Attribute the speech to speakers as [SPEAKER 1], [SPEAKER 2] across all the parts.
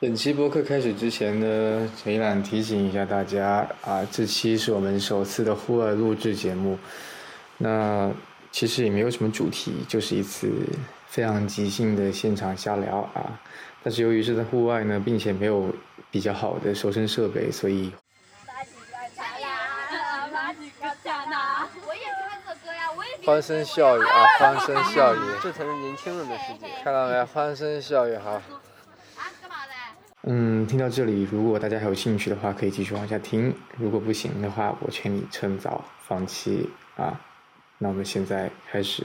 [SPEAKER 1] 本期播客开始之前呢，陈一览提醒一下大家啊，这期是我们首次的户外录制节目。那其实也没有什么主题，就是一次非常即兴的现场瞎聊啊。但是由于是在户外呢，并且没有比较好的收声设备，所以
[SPEAKER 2] 我也是那个歌呀，我也
[SPEAKER 1] 欢声笑语啊，欢声笑语，
[SPEAKER 3] 这才是年轻人的世界。
[SPEAKER 1] 看到没有？欢声笑语好。
[SPEAKER 2] 啊，干嘛嘞？
[SPEAKER 1] 嗯，听到这里，如果大家还有兴趣的话，可以继续往下听；如果不行的话，我劝你趁早放弃啊。那我们现在开始。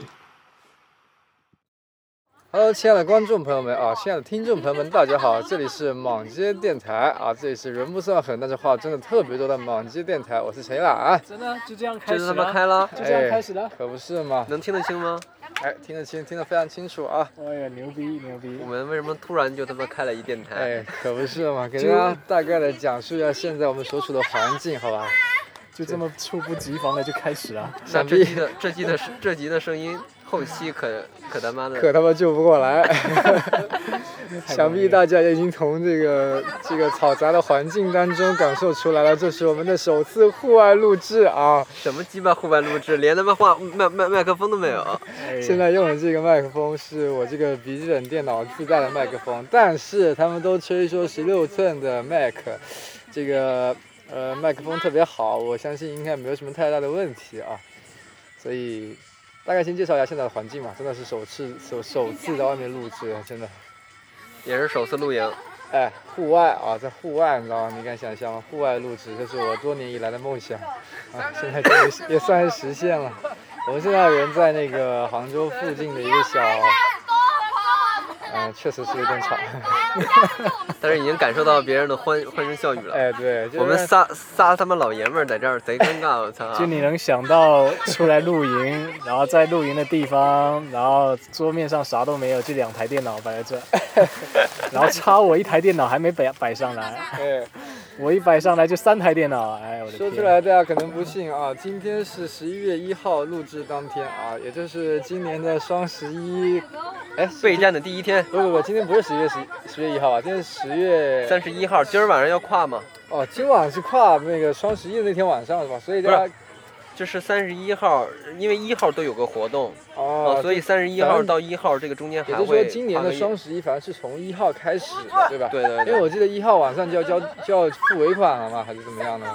[SPEAKER 1] Hello，亲爱的观众朋友们啊，亲爱的听众朋友们，大家好，这里是莽街电台啊，这里是人不算狠，但是话真的特别多的莽街电台，我是陈朗啊，
[SPEAKER 4] 真的就这样开
[SPEAKER 3] 这
[SPEAKER 4] 始
[SPEAKER 3] 是
[SPEAKER 4] 了，
[SPEAKER 3] 他妈开了，
[SPEAKER 4] 就这样开始了。
[SPEAKER 1] 可不是嘛？
[SPEAKER 3] 能听得清吗？
[SPEAKER 1] 哎，听得清，听得非常清楚啊，
[SPEAKER 4] 哎呀，牛逼牛逼
[SPEAKER 3] 我！们为什么突然就他妈开了一电台？
[SPEAKER 1] 哎，可不是嘛？给大家大概的讲述一下现在我们所处的环境，好吧？
[SPEAKER 4] 就这么猝不及防的就开始了。
[SPEAKER 3] 那
[SPEAKER 1] 想
[SPEAKER 3] 这
[SPEAKER 1] 必
[SPEAKER 3] 期的这期的声这集的声音后期可可他妈的
[SPEAKER 1] 可他妈救不过来。
[SPEAKER 4] 太
[SPEAKER 1] 想
[SPEAKER 4] 容易
[SPEAKER 1] 必大家已经从这个这个嘈杂的环境当中感受出来了，这是我们的首次户外录制啊！
[SPEAKER 3] 什么鸡巴户外录制，连他妈话麦麦麦克风都没有。
[SPEAKER 4] 哎
[SPEAKER 1] 现在用的这个麦克风是我这个笔记本电脑自带的麦克风，但是他们都吹说十六寸的 Mac，这个呃麦克风特别好，我相信应该没有什么太大的问题啊。所以大概先介绍一下现在的环境嘛，真的是首次首首次在外面录制，真的。
[SPEAKER 3] 也是首次露营，
[SPEAKER 1] 哎，户外啊，在户外，你知道吗？你敢想象吗？户外录制，这是我多年以来的梦想啊，现在终于也算是实现了。我们现在人在那个杭州附近的一个小，嗯、确实是有点吵。
[SPEAKER 3] 但是已经感受到别人的欢欢声笑语了。
[SPEAKER 1] 哎，对，就是
[SPEAKER 3] 我们仨仨他妈老爷们儿在这儿贼尴尬，我 操！
[SPEAKER 4] 就你能想到出来露营，然后在露营的地方，然后桌面上啥都没有，就两台电脑摆在这，然后插我一台电脑还没摆摆上来，
[SPEAKER 1] 哎，
[SPEAKER 4] 我一摆上来就三台电脑，哎，我的
[SPEAKER 1] 说
[SPEAKER 4] 天！
[SPEAKER 1] 出来大家可能不信啊，今天是十一月一号录制当天啊，也就是今年的双十一，哎，
[SPEAKER 3] 备战的第一天，
[SPEAKER 1] 不不不，今天不是十一月十十月一号啊，今天是十月
[SPEAKER 3] 三十一号，今儿晚上要跨吗？
[SPEAKER 1] 哦，今晚是跨那个双十一的那天晚上是吧？所以大
[SPEAKER 3] 不
[SPEAKER 1] 家
[SPEAKER 3] 是就是三十一号，因为一号都有个活动，
[SPEAKER 1] 哦
[SPEAKER 3] 哦，，所以三十一
[SPEAKER 1] 反
[SPEAKER 3] 号
[SPEAKER 1] 正
[SPEAKER 3] 到一号这个中间
[SPEAKER 1] 也
[SPEAKER 3] 还
[SPEAKER 1] 就是说，
[SPEAKER 3] 会
[SPEAKER 1] 今年
[SPEAKER 3] 跨
[SPEAKER 1] 的
[SPEAKER 3] 个一
[SPEAKER 1] 双十一反正是从一号开始的，对吧？
[SPEAKER 3] 对对
[SPEAKER 1] 因为
[SPEAKER 3] 对，
[SPEAKER 1] 我记得一号晚上就要交就要付尾款了嘛，还是怎么样呢？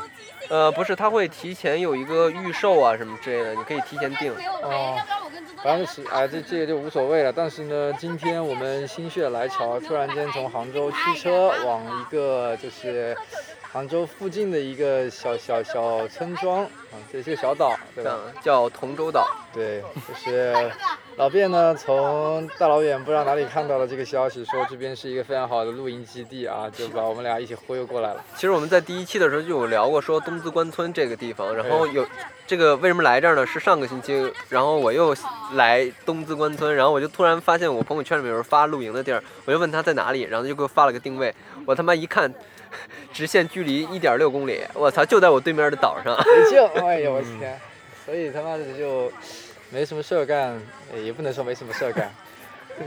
[SPEAKER 3] 呃，不是，他会提前有一个预售啊什么之类的，你可以提前订。
[SPEAKER 2] 哦，要不然我跟
[SPEAKER 1] 反正是哎，这这个就无所谓了。但是呢，今天我们心血来潮，突然间从杭州驱车往一个就是杭州附近的一个小小小村庄啊，这是个小岛，对吧？
[SPEAKER 3] 嗯，叫同州岛，
[SPEAKER 1] 对，就是老卞呢，从大老远不知道哪里看到了这个消息，说这边是一个非常好的露营基地啊，就把我们俩一起忽悠过来了。
[SPEAKER 3] 其实我们在第一期的时候就有聊过，说东资关村这个地方，然
[SPEAKER 1] 哎
[SPEAKER 3] 后有这个为什么来这儿呢？是上个星期，然后我又来东资关村，然后我就突然发现我朋友圈里面有人发露营的地儿，我就问他在哪里，然后就给我发了个定位，我他妈一看， 直线距离一点六公里，我操，就在我对面的岛上。
[SPEAKER 1] 没 劲，哎呦我
[SPEAKER 3] 嗯
[SPEAKER 1] 天！所以他妈的就没什么事儿干，呃也不能说没什么事儿干。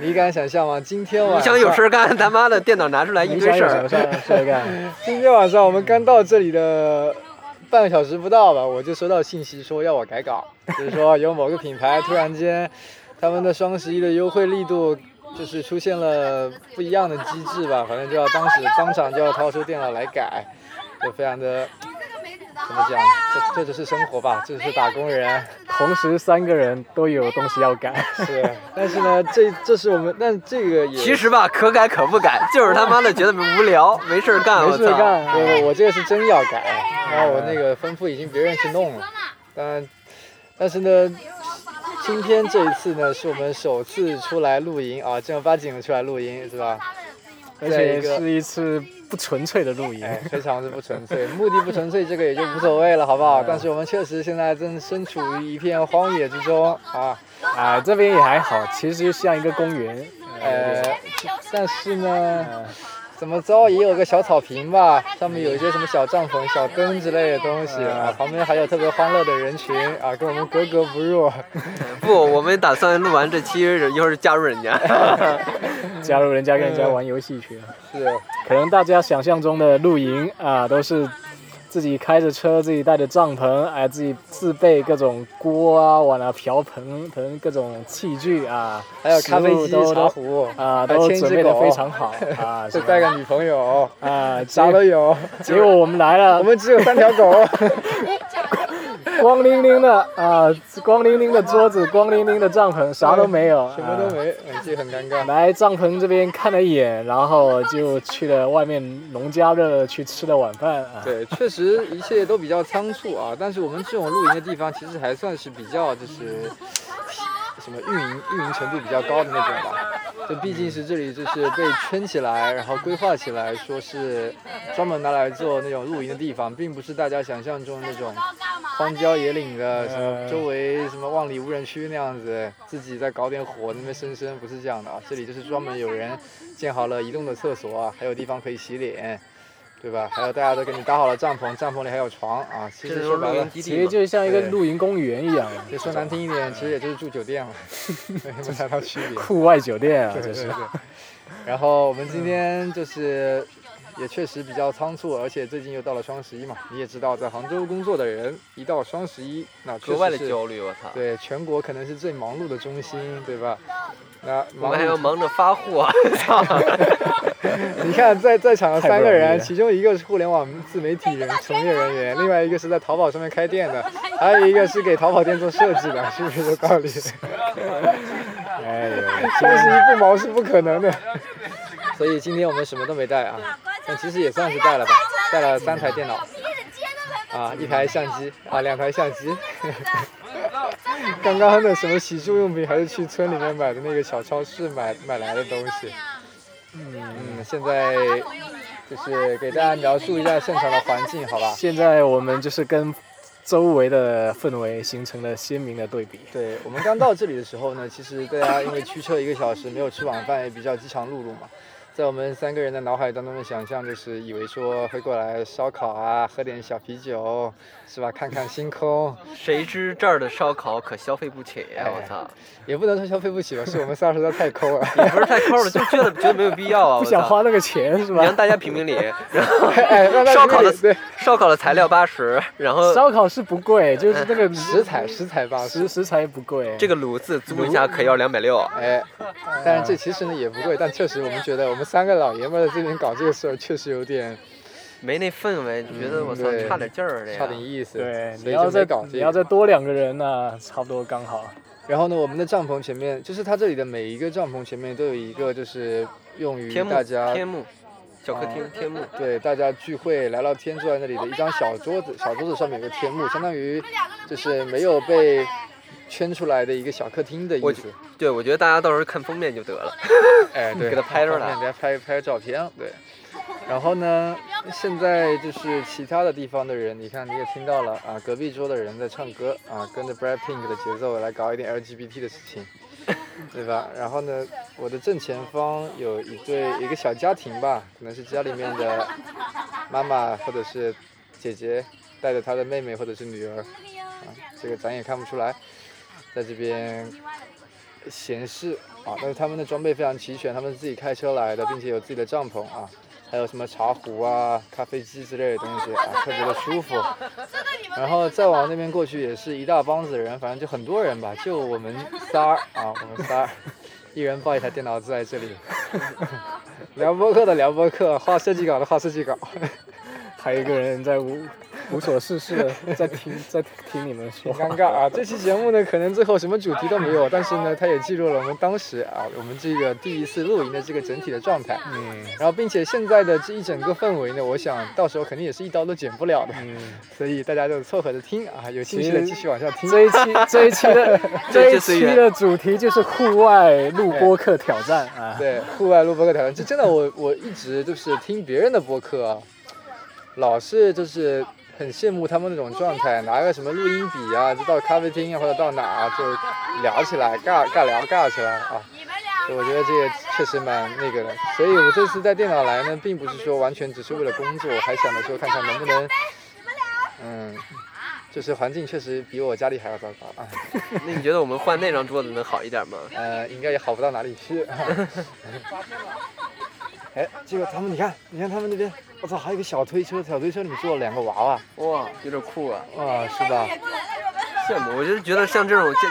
[SPEAKER 1] 你敢想象吗？今天晚上
[SPEAKER 3] 你想有事儿干，他妈的电脑拿出来一
[SPEAKER 4] 没
[SPEAKER 3] 堆
[SPEAKER 4] 啥
[SPEAKER 3] 事
[SPEAKER 4] 有什
[SPEAKER 3] 儿
[SPEAKER 4] 么，事儿事儿干，
[SPEAKER 1] 今天晚上我们刚到这里的半个小时不到吧，我就收到信息说要我改稿，就是说有某个品牌突然间他们的双十一的优惠力度就是出现了不一样的机制吧，反正就要当时当场就要掏出电脑来改，就非常的怎么讲，这这就是生活吧，这就是打工人。
[SPEAKER 4] 同时三个人都有东西要改，
[SPEAKER 1] 是，但是呢，这这是我们，但这个也
[SPEAKER 3] 其实吧，可改可不改，就是他妈的觉得无聊，没事儿干，
[SPEAKER 4] 没
[SPEAKER 3] 啊我
[SPEAKER 4] 事儿
[SPEAKER 3] 操。
[SPEAKER 4] 干，
[SPEAKER 1] 对
[SPEAKER 4] 哎
[SPEAKER 1] 我我这个是真要改，然后我那个吩咐已经别人去弄了，但但是呢，今天这一次呢，是我们首次出来露营啊，正儿八经的出来露营是吧？
[SPEAKER 4] 而
[SPEAKER 1] 在一
[SPEAKER 4] 且
[SPEAKER 1] 个
[SPEAKER 4] 是一次不纯粹的露营。
[SPEAKER 1] 哎，非常的不纯粹，目的不纯粹，这个也就无所谓了，好不好？但是我们确实现在正身处于一片荒野之中啊，
[SPEAKER 4] 啊，这边也还好，其实就像一个公园，
[SPEAKER 1] 呃，但是呢，怎么着也有个小草坪吧，上面有一些什么小帐篷、小灯之类的东西啊，旁边还有特别欢乐的人群啊，跟我们格格不入。
[SPEAKER 3] 不，我们打算录完这期一会儿加入人 家。
[SPEAKER 4] 加入人家跟人家玩游戏去了。
[SPEAKER 1] 是，
[SPEAKER 4] 可能大家想象中的露营啊，都是自己开着车，自己带着帐篷，哎，自己自备各种锅啊、碗啊、瓢盆、盆各种器具啊，
[SPEAKER 1] 还有咖啡
[SPEAKER 4] 食物
[SPEAKER 1] 机、
[SPEAKER 4] 都
[SPEAKER 1] 茶
[SPEAKER 4] 都
[SPEAKER 1] 壶还
[SPEAKER 4] 啊，都
[SPEAKER 1] 牵一
[SPEAKER 4] 准
[SPEAKER 1] 只
[SPEAKER 4] 备的
[SPEAKER 1] 狗
[SPEAKER 4] 非常好 啊，
[SPEAKER 1] 再
[SPEAKER 4] 是吧
[SPEAKER 1] 带个女朋友，
[SPEAKER 4] 啊，结
[SPEAKER 1] 啥都 有。
[SPEAKER 4] 结果我们来了
[SPEAKER 1] 我，们只有三条狗，
[SPEAKER 4] 光溜溜的啊，光溜溜的桌子，光溜溜的帐篷，啥都没 有，啊
[SPEAKER 1] 什么都没，哎这很尴尬。
[SPEAKER 4] 来帐篷这边看了一眼，然后就去了外面农家乐去吃了晚饭啊。
[SPEAKER 1] 对，确实一切都比较仓促啊，但是我们这种露营的地方其实还算是比较就是什么运营运营程度比较高的那种吧，就毕竟是这里就是被圈起来，然后规划起来，说是专门拿来做那种露营的地方，并不是大家想象中那种荒郊野岭
[SPEAKER 3] 嗯
[SPEAKER 1] 的什么周围什么万里无人区那样子，自己再搞点火那边生生，不是这样的啊，这里就是专门有人建好了移动的厕所啊，还有地方可以洗脸。对吧？还有大家都给你搭好了帐篷，帐篷里还有床啊。其
[SPEAKER 3] 这
[SPEAKER 1] 实
[SPEAKER 3] 都
[SPEAKER 1] 说
[SPEAKER 3] 是
[SPEAKER 1] 白
[SPEAKER 3] 露
[SPEAKER 1] 了
[SPEAKER 3] 营，基
[SPEAKER 4] 其
[SPEAKER 3] 地
[SPEAKER 4] 实
[SPEAKER 3] 嘛。
[SPEAKER 4] 就像一个
[SPEAKER 1] 对
[SPEAKER 4] 露营公园一样，
[SPEAKER 1] 就说难听一点，其实也就是住酒店 了，没啥大区别。
[SPEAKER 4] 户外酒店啊，
[SPEAKER 1] 对
[SPEAKER 4] 这
[SPEAKER 1] 对
[SPEAKER 4] 是
[SPEAKER 1] 对。然后我们今天就是也确实比较仓促，而且最近又到了双十一嘛，你也知道，在杭州工作的人一到双十一，那确
[SPEAKER 3] 格外啊
[SPEAKER 1] 实
[SPEAKER 3] 的
[SPEAKER 1] 是
[SPEAKER 3] 焦虑，我操！
[SPEAKER 1] 对全国可能是最忙碌的中心，对吧？那
[SPEAKER 3] 我
[SPEAKER 1] 忙
[SPEAKER 3] 们还要
[SPEAKER 1] 碌，
[SPEAKER 3] 忙着发 货，操！
[SPEAKER 1] 你看在在场的
[SPEAKER 4] 太不
[SPEAKER 1] 三个
[SPEAKER 4] 容易
[SPEAKER 1] 人，
[SPEAKER 4] 了
[SPEAKER 1] 其中一个是互联网自媒体人从业人员，另外一个是在淘宝上面开店的，还有一个是给淘宝店做设计的，是不是有道理？
[SPEAKER 4] 哎呦，
[SPEAKER 1] 双十一不忙是不可能的。所以今天我们什么都没带啊，但其实也算是带了吧，带了三台电脑啊，一台相机啊，两台相机。 刚刚的什么洗漱用品还是去村里面买的那个小超市买买来的东西。嗯，现在就是给大家描述一下现场的环境，好吧？
[SPEAKER 4] 现在我们就是跟周围的氛围形成了鲜明的对比。
[SPEAKER 1] 对我们刚到这里的时候呢，其实大家因为驱车一个小时，没有吃晚饭，也比较饥肠辘辘嘛。在我们三个人的脑海当中的想象，就是以为说会过来烧烤啊，喝点小啤酒，是吧？看看星空，
[SPEAKER 3] 谁知这儿的烧烤可消费不起呀！我操，
[SPEAKER 1] 也不能说消费不起吧，是我们仨实在太抠了。
[SPEAKER 3] 也不是太抠了，就觉得觉得没有必要啊！
[SPEAKER 4] 哎 不
[SPEAKER 3] 我
[SPEAKER 4] 想
[SPEAKER 3] 操，
[SPEAKER 4] 花那个钱是
[SPEAKER 3] 你让
[SPEAKER 4] 吧？
[SPEAKER 3] 大家评 评理。然后
[SPEAKER 1] 哎，让大家
[SPEAKER 3] 烧烤的
[SPEAKER 1] 对
[SPEAKER 3] 烧烤的材料八十，然后
[SPEAKER 4] 烧烤是不贵，就是那个
[SPEAKER 1] 食材食材吧，
[SPEAKER 4] 食食材不贵。
[SPEAKER 3] 这个炉子租一下可要两百六。啊
[SPEAKER 1] 哎，但是这其实呢也不贵，但确实我们觉得我们三个老爷们儿在这边搞这个事儿，确实有点
[SPEAKER 3] 没那氛围，就觉得我操
[SPEAKER 1] 嗯对
[SPEAKER 3] 差点劲儿的呀。
[SPEAKER 1] 差点意思，
[SPEAKER 4] 对，
[SPEAKER 1] 所
[SPEAKER 4] 你
[SPEAKER 1] 以就
[SPEAKER 4] 要
[SPEAKER 1] 没
[SPEAKER 4] 再
[SPEAKER 1] 搞这个。
[SPEAKER 4] 你要再多两个人呢，差不多刚好。
[SPEAKER 1] 然后呢，我们的帐篷前面，就是它这里的每一个帐篷前面都有一个，就是用于
[SPEAKER 3] 天幕
[SPEAKER 1] 大家
[SPEAKER 3] 天幕小客厅天幕，
[SPEAKER 1] 对大家聚会聊聊天坐在那里的一张小桌子，小桌子上面有个天幕，相当于就是没有被圈出来的一个小客厅的意
[SPEAKER 3] 我
[SPEAKER 1] 思。
[SPEAKER 3] 对我觉得大家到时候看封面就得了。
[SPEAKER 1] 哎，对，
[SPEAKER 3] 给它拍出来
[SPEAKER 1] 方便大家拍拍照片，对。然后呢，现在就是其他的地方的人，你看你也听到了啊，隔壁桌的人在唱歌啊，跟着 Brad Pink 的节奏来搞一点 LGBT 的事情，对吧？然后呢，我的正前方有一对一个小家庭吧，可能是家里面的妈妈或者是姐姐带着她的妹妹或者是女儿，啊，这个咱也看不出来，在这边闲适呃啊，但是他们的装备非常齐全，他们是自己开车来的，并且有自己的帐篷啊，还有什么茶壶啊、咖啡机之类的东西啊，特别的舒服。然后再往那边过去也是一大帮子人，反正就很多人吧，就我们仨儿啊，我们仨儿，一人抱一台电脑坐在这里， 聊播客的聊播客，画设计稿的画设计稿。
[SPEAKER 4] 还有一个人在无无所事事的在听在听你们说话
[SPEAKER 1] 尴尬啊！这期节目呢，可能最后什么主题都没有，但是呢，它也记录了我们当时啊，我们这个第一次露营的这个整体的状态。嗯。然后，并且现在的这一整个氛围呢，我想到时候肯定也是一刀都剪不了的，
[SPEAKER 4] 嗯
[SPEAKER 1] 所以大家就凑合着听啊，有兴趣的继续往下听。
[SPEAKER 4] 这一期这一期 的这一期
[SPEAKER 3] 这
[SPEAKER 4] 的主题就是户外录播客挑战啊！
[SPEAKER 1] 对，户外录播客挑战，这真的我我一直就是听别人的播客啊，老是就是很羡慕他们那种状态，拿个什么录音笔啊，就到咖啡厅啊或者到哪、啊、就聊起来，尬尬聊尬起来啊。
[SPEAKER 2] 你们俩
[SPEAKER 1] 所以我觉得这个确实蛮那个的。所以我这次带电脑来呢，并不是说完全只是为了工作，我还想着说看看能不能，嗯，就是环境确实比我家里还要糟糕啊，
[SPEAKER 3] 那你觉得我们换那张桌子能好一点吗？
[SPEAKER 1] 呃，应该也好不到哪里去。哎，这个他们你看，你看他们那边，我操，还有一个小推车，小推车里面坐了两个娃娃，
[SPEAKER 3] 哇，有点酷啊！
[SPEAKER 1] 哇，是吧？
[SPEAKER 3] 羡慕，我就是觉得像这种这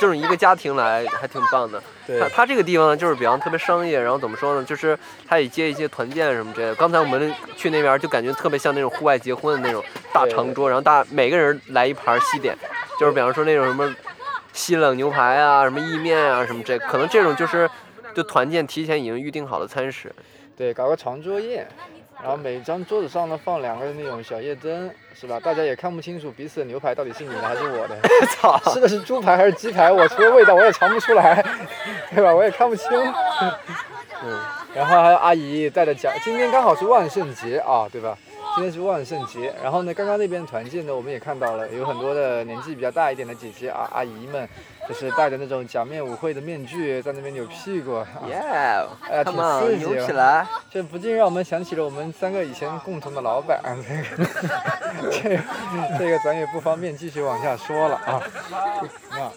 [SPEAKER 3] 这种一个家庭来还挺棒的。
[SPEAKER 1] 对
[SPEAKER 3] 它，它这个地方呢，就是比方特别商业，然后怎么说呢，就是它也接一些团建什么之类的。刚才我们去那边就感觉特别像那种户外结婚的那种大长桌，然后大每个人来一盘西点，就是比方说那种什么西冷牛排啊、什么意面啊什么这，可能这种就是就团建提前已经预定好的餐食。
[SPEAKER 1] 对，搞个长桌宴，然后每张桌子上呢放两个那种小夜灯，是吧？大家也看不清楚彼此的牛排到底是你的还是我的，
[SPEAKER 3] 操！
[SPEAKER 1] 吃的是猪排还是鸡排，我除了味道我也尝不出来，对吧？我也看不清。
[SPEAKER 3] 嗯，
[SPEAKER 1] 然后还有阿姨带着讲，今天刚好是万圣节啊，对吧？今天是万圣节，然后呢，刚刚那边团建呢，我们也看到了，有很多的年纪比较大一点的姐姐啊、阿姨们，就是戴着那种假面舞会的面具，在那边扭屁股，啊
[SPEAKER 3] 耶、
[SPEAKER 1] 哎呀
[SPEAKER 3] yeah,，Come
[SPEAKER 1] 挺
[SPEAKER 3] on，
[SPEAKER 1] 刺激啊
[SPEAKER 3] 扭起来！
[SPEAKER 1] 这不禁让我们想起了我们三个以前共同的老板，这个 这这个咱也不方便继续往下说了啊。啊，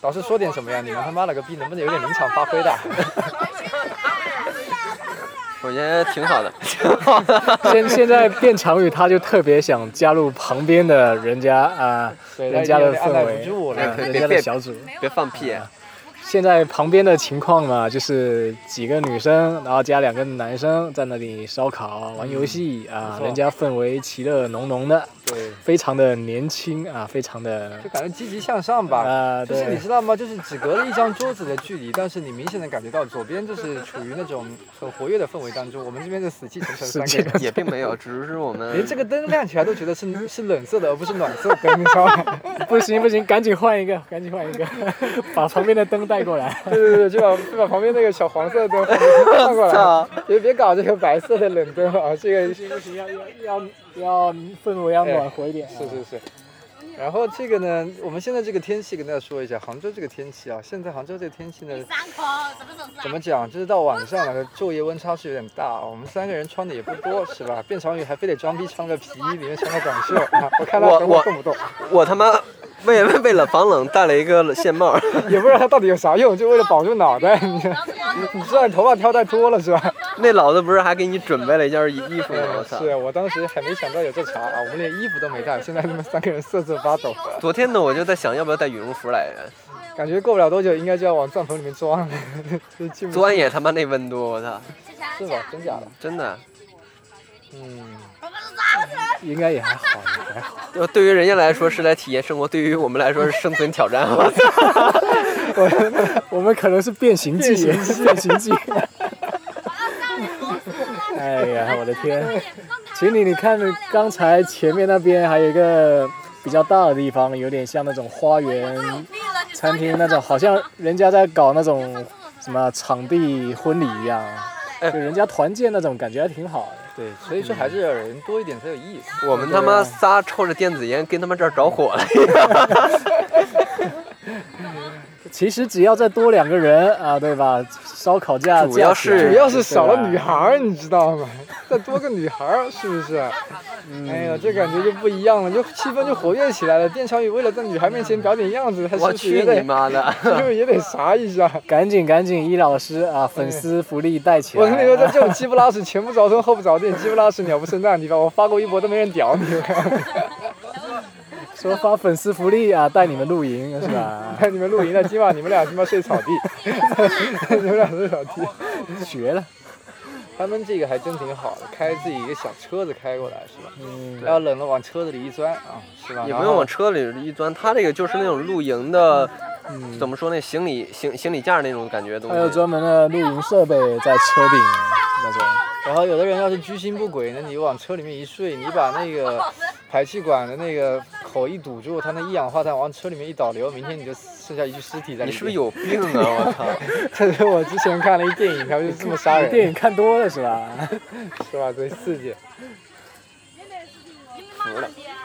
[SPEAKER 1] 导师说点什么呀？你们他妈了个逼，能不能有点临场发挥的？
[SPEAKER 5] 啊
[SPEAKER 3] 我觉得挺好的，挺好的。
[SPEAKER 4] 啊现现在变长宇，他就特别想加入旁边的人家啊、
[SPEAKER 1] 对
[SPEAKER 4] 人家的
[SPEAKER 1] 他已经有点按耐
[SPEAKER 4] 氛
[SPEAKER 1] 不
[SPEAKER 4] 围
[SPEAKER 1] 住，了
[SPEAKER 4] 啊
[SPEAKER 3] 对
[SPEAKER 4] 人
[SPEAKER 3] 别
[SPEAKER 4] 家的
[SPEAKER 3] 别
[SPEAKER 4] 小组。
[SPEAKER 3] 别放屁！
[SPEAKER 4] 现在旁边的情况嘛，就是几个女生，然后加两个男生在那里烧烤、玩游戏啊、
[SPEAKER 1] 嗯错
[SPEAKER 4] 人家氛围其乐融融的，
[SPEAKER 1] 对，
[SPEAKER 4] 非常的年轻啊，非常的
[SPEAKER 1] 就感觉积极向上吧。
[SPEAKER 4] 啊，
[SPEAKER 1] 就是你
[SPEAKER 4] 对
[SPEAKER 1] 知道吗？就是只隔了一张桌子的距离，但是你明显的感觉到左边就是处于那种很活跃的氛围当中，我们这边就死气沉沉三
[SPEAKER 4] 死
[SPEAKER 1] 个
[SPEAKER 4] 气
[SPEAKER 1] 人
[SPEAKER 4] 沉。
[SPEAKER 3] 也并没有，只是我们
[SPEAKER 1] 连哎这个灯亮起来都觉得是是冷色的，而不是暖色灯，你知道吗？
[SPEAKER 4] 不行不行，赶紧换一个，赶紧换一个， 把旁边的灯带过来。
[SPEAKER 1] 对对对，就把就把旁边那个小黄色的灯换过来
[SPEAKER 3] 操，
[SPEAKER 1] 别别搞这个白色的冷灯啊，这个
[SPEAKER 4] 不行不行，要要要要氛围要暖和一点、啊
[SPEAKER 1] 是是是。然后这个呢，我们现在这个天气跟大家说一下，杭州这个天气啊，现在杭州这个天气呢，怎么讲？就是到晚上了，昼夜温差是有点大。啊我们三个人穿的也不多，是 吧？变长宇还非得装逼穿个皮衣，里面穿个短袖啊！我看他
[SPEAKER 3] 我
[SPEAKER 1] 等会
[SPEAKER 3] 我
[SPEAKER 1] 动不动，
[SPEAKER 3] 我他妈为为为了防冷戴了一个线帽，
[SPEAKER 1] 也不知道他到底有啥用，就为了保住脑袋。你知道你知道你头发挑太多了是吧？ 嗯
[SPEAKER 3] 那老子不是还给你准备了一件衣服吗？我操！
[SPEAKER 1] 是我当时还没想到有这茬啊，我们连衣服都没带，现在他们三个人瑟瑟发 抖，
[SPEAKER 3] 昨天呢，我就在想要不要带羽绒服来着，
[SPEAKER 1] 感觉过不了多久应该就要往帐篷里面钻了， 就进不去
[SPEAKER 3] 钻也他妈那温度，我操！
[SPEAKER 1] 是吧？真假的？
[SPEAKER 3] 真的，
[SPEAKER 1] 嗯，
[SPEAKER 4] 应该也还好，也还好。
[SPEAKER 3] 就对于人家来说是来体验生活，对于我们来说是生存挑战。 我
[SPEAKER 1] 啊
[SPEAKER 3] 操！
[SPEAKER 4] 我们可能是变形记，
[SPEAKER 1] 变形
[SPEAKER 4] 变形记。哎呀，我的天！请你，你看刚才前面那边还有一个比较大的地方，有点像那种花园餐厅那种，好像人家在搞那种什么场地婚礼一样，就人家团建那种感觉还挺好的。
[SPEAKER 1] 对，所以说还是人多一点才有意思。
[SPEAKER 3] 我们他妈仨抽着电子烟，跟他们这儿着火了
[SPEAKER 1] 啊
[SPEAKER 3] 一样。
[SPEAKER 4] 其实只要再多两个人啊，对吧？烧烤架
[SPEAKER 3] 主要是
[SPEAKER 4] 架起来
[SPEAKER 1] 主要是少了
[SPEAKER 4] 对
[SPEAKER 1] 女
[SPEAKER 4] 吧
[SPEAKER 1] 孩儿，你知道吗？ 再多个女孩儿，是不是？哎呀，这感觉就不一样了，就气氛就活跃起来了。电场宇为了在女孩面前表点样子，他是啊
[SPEAKER 3] 我
[SPEAKER 1] 不是也
[SPEAKER 3] 去你
[SPEAKER 1] 得，
[SPEAKER 3] 妈的！
[SPEAKER 1] 是不是也得啥一 下？
[SPEAKER 4] 赶紧赶紧，伊老师啊，粉丝福利带起来！啊
[SPEAKER 1] 我跟你说，在这种鸡不拉屎、前不着村后不着店、鸡不拉屎鸟不生蛋的地方，我发过微博都没人屌你。
[SPEAKER 4] 说发粉丝福利啊，带你们露营是吧？
[SPEAKER 1] 你们露营了，今晚你们俩他妈睡草地， 你们俩睡草地。
[SPEAKER 4] 绝了！
[SPEAKER 1] 他们这个还真挺好的，开自己一个小车子开过来是吧？
[SPEAKER 4] 嗯，
[SPEAKER 1] 要冷了往车子里一钻啊，是吧？
[SPEAKER 3] 也
[SPEAKER 1] 然
[SPEAKER 3] 不用
[SPEAKER 1] 后
[SPEAKER 3] 往车里一钻，它这个就是那种露营的，
[SPEAKER 1] 嗯
[SPEAKER 3] 怎么说那行李行行李架那种感觉的
[SPEAKER 4] 还
[SPEAKER 1] 哎
[SPEAKER 4] 有
[SPEAKER 3] 东西。
[SPEAKER 4] 专门的露营设备在 车顶那种。
[SPEAKER 1] 然后有的人要是居心不轨呢，你往车里面一睡，你把那个排气管的那个口一堵住，它那一氧化碳往车里面一导流，明天你就剩下一具尸体在里面。
[SPEAKER 3] 你是不是？有病啊！我操！
[SPEAKER 1] 这是 我之前看了一电影，它就是这么杀人，
[SPEAKER 4] 电影看多了是吧？
[SPEAKER 1] 是吧？对，刺激。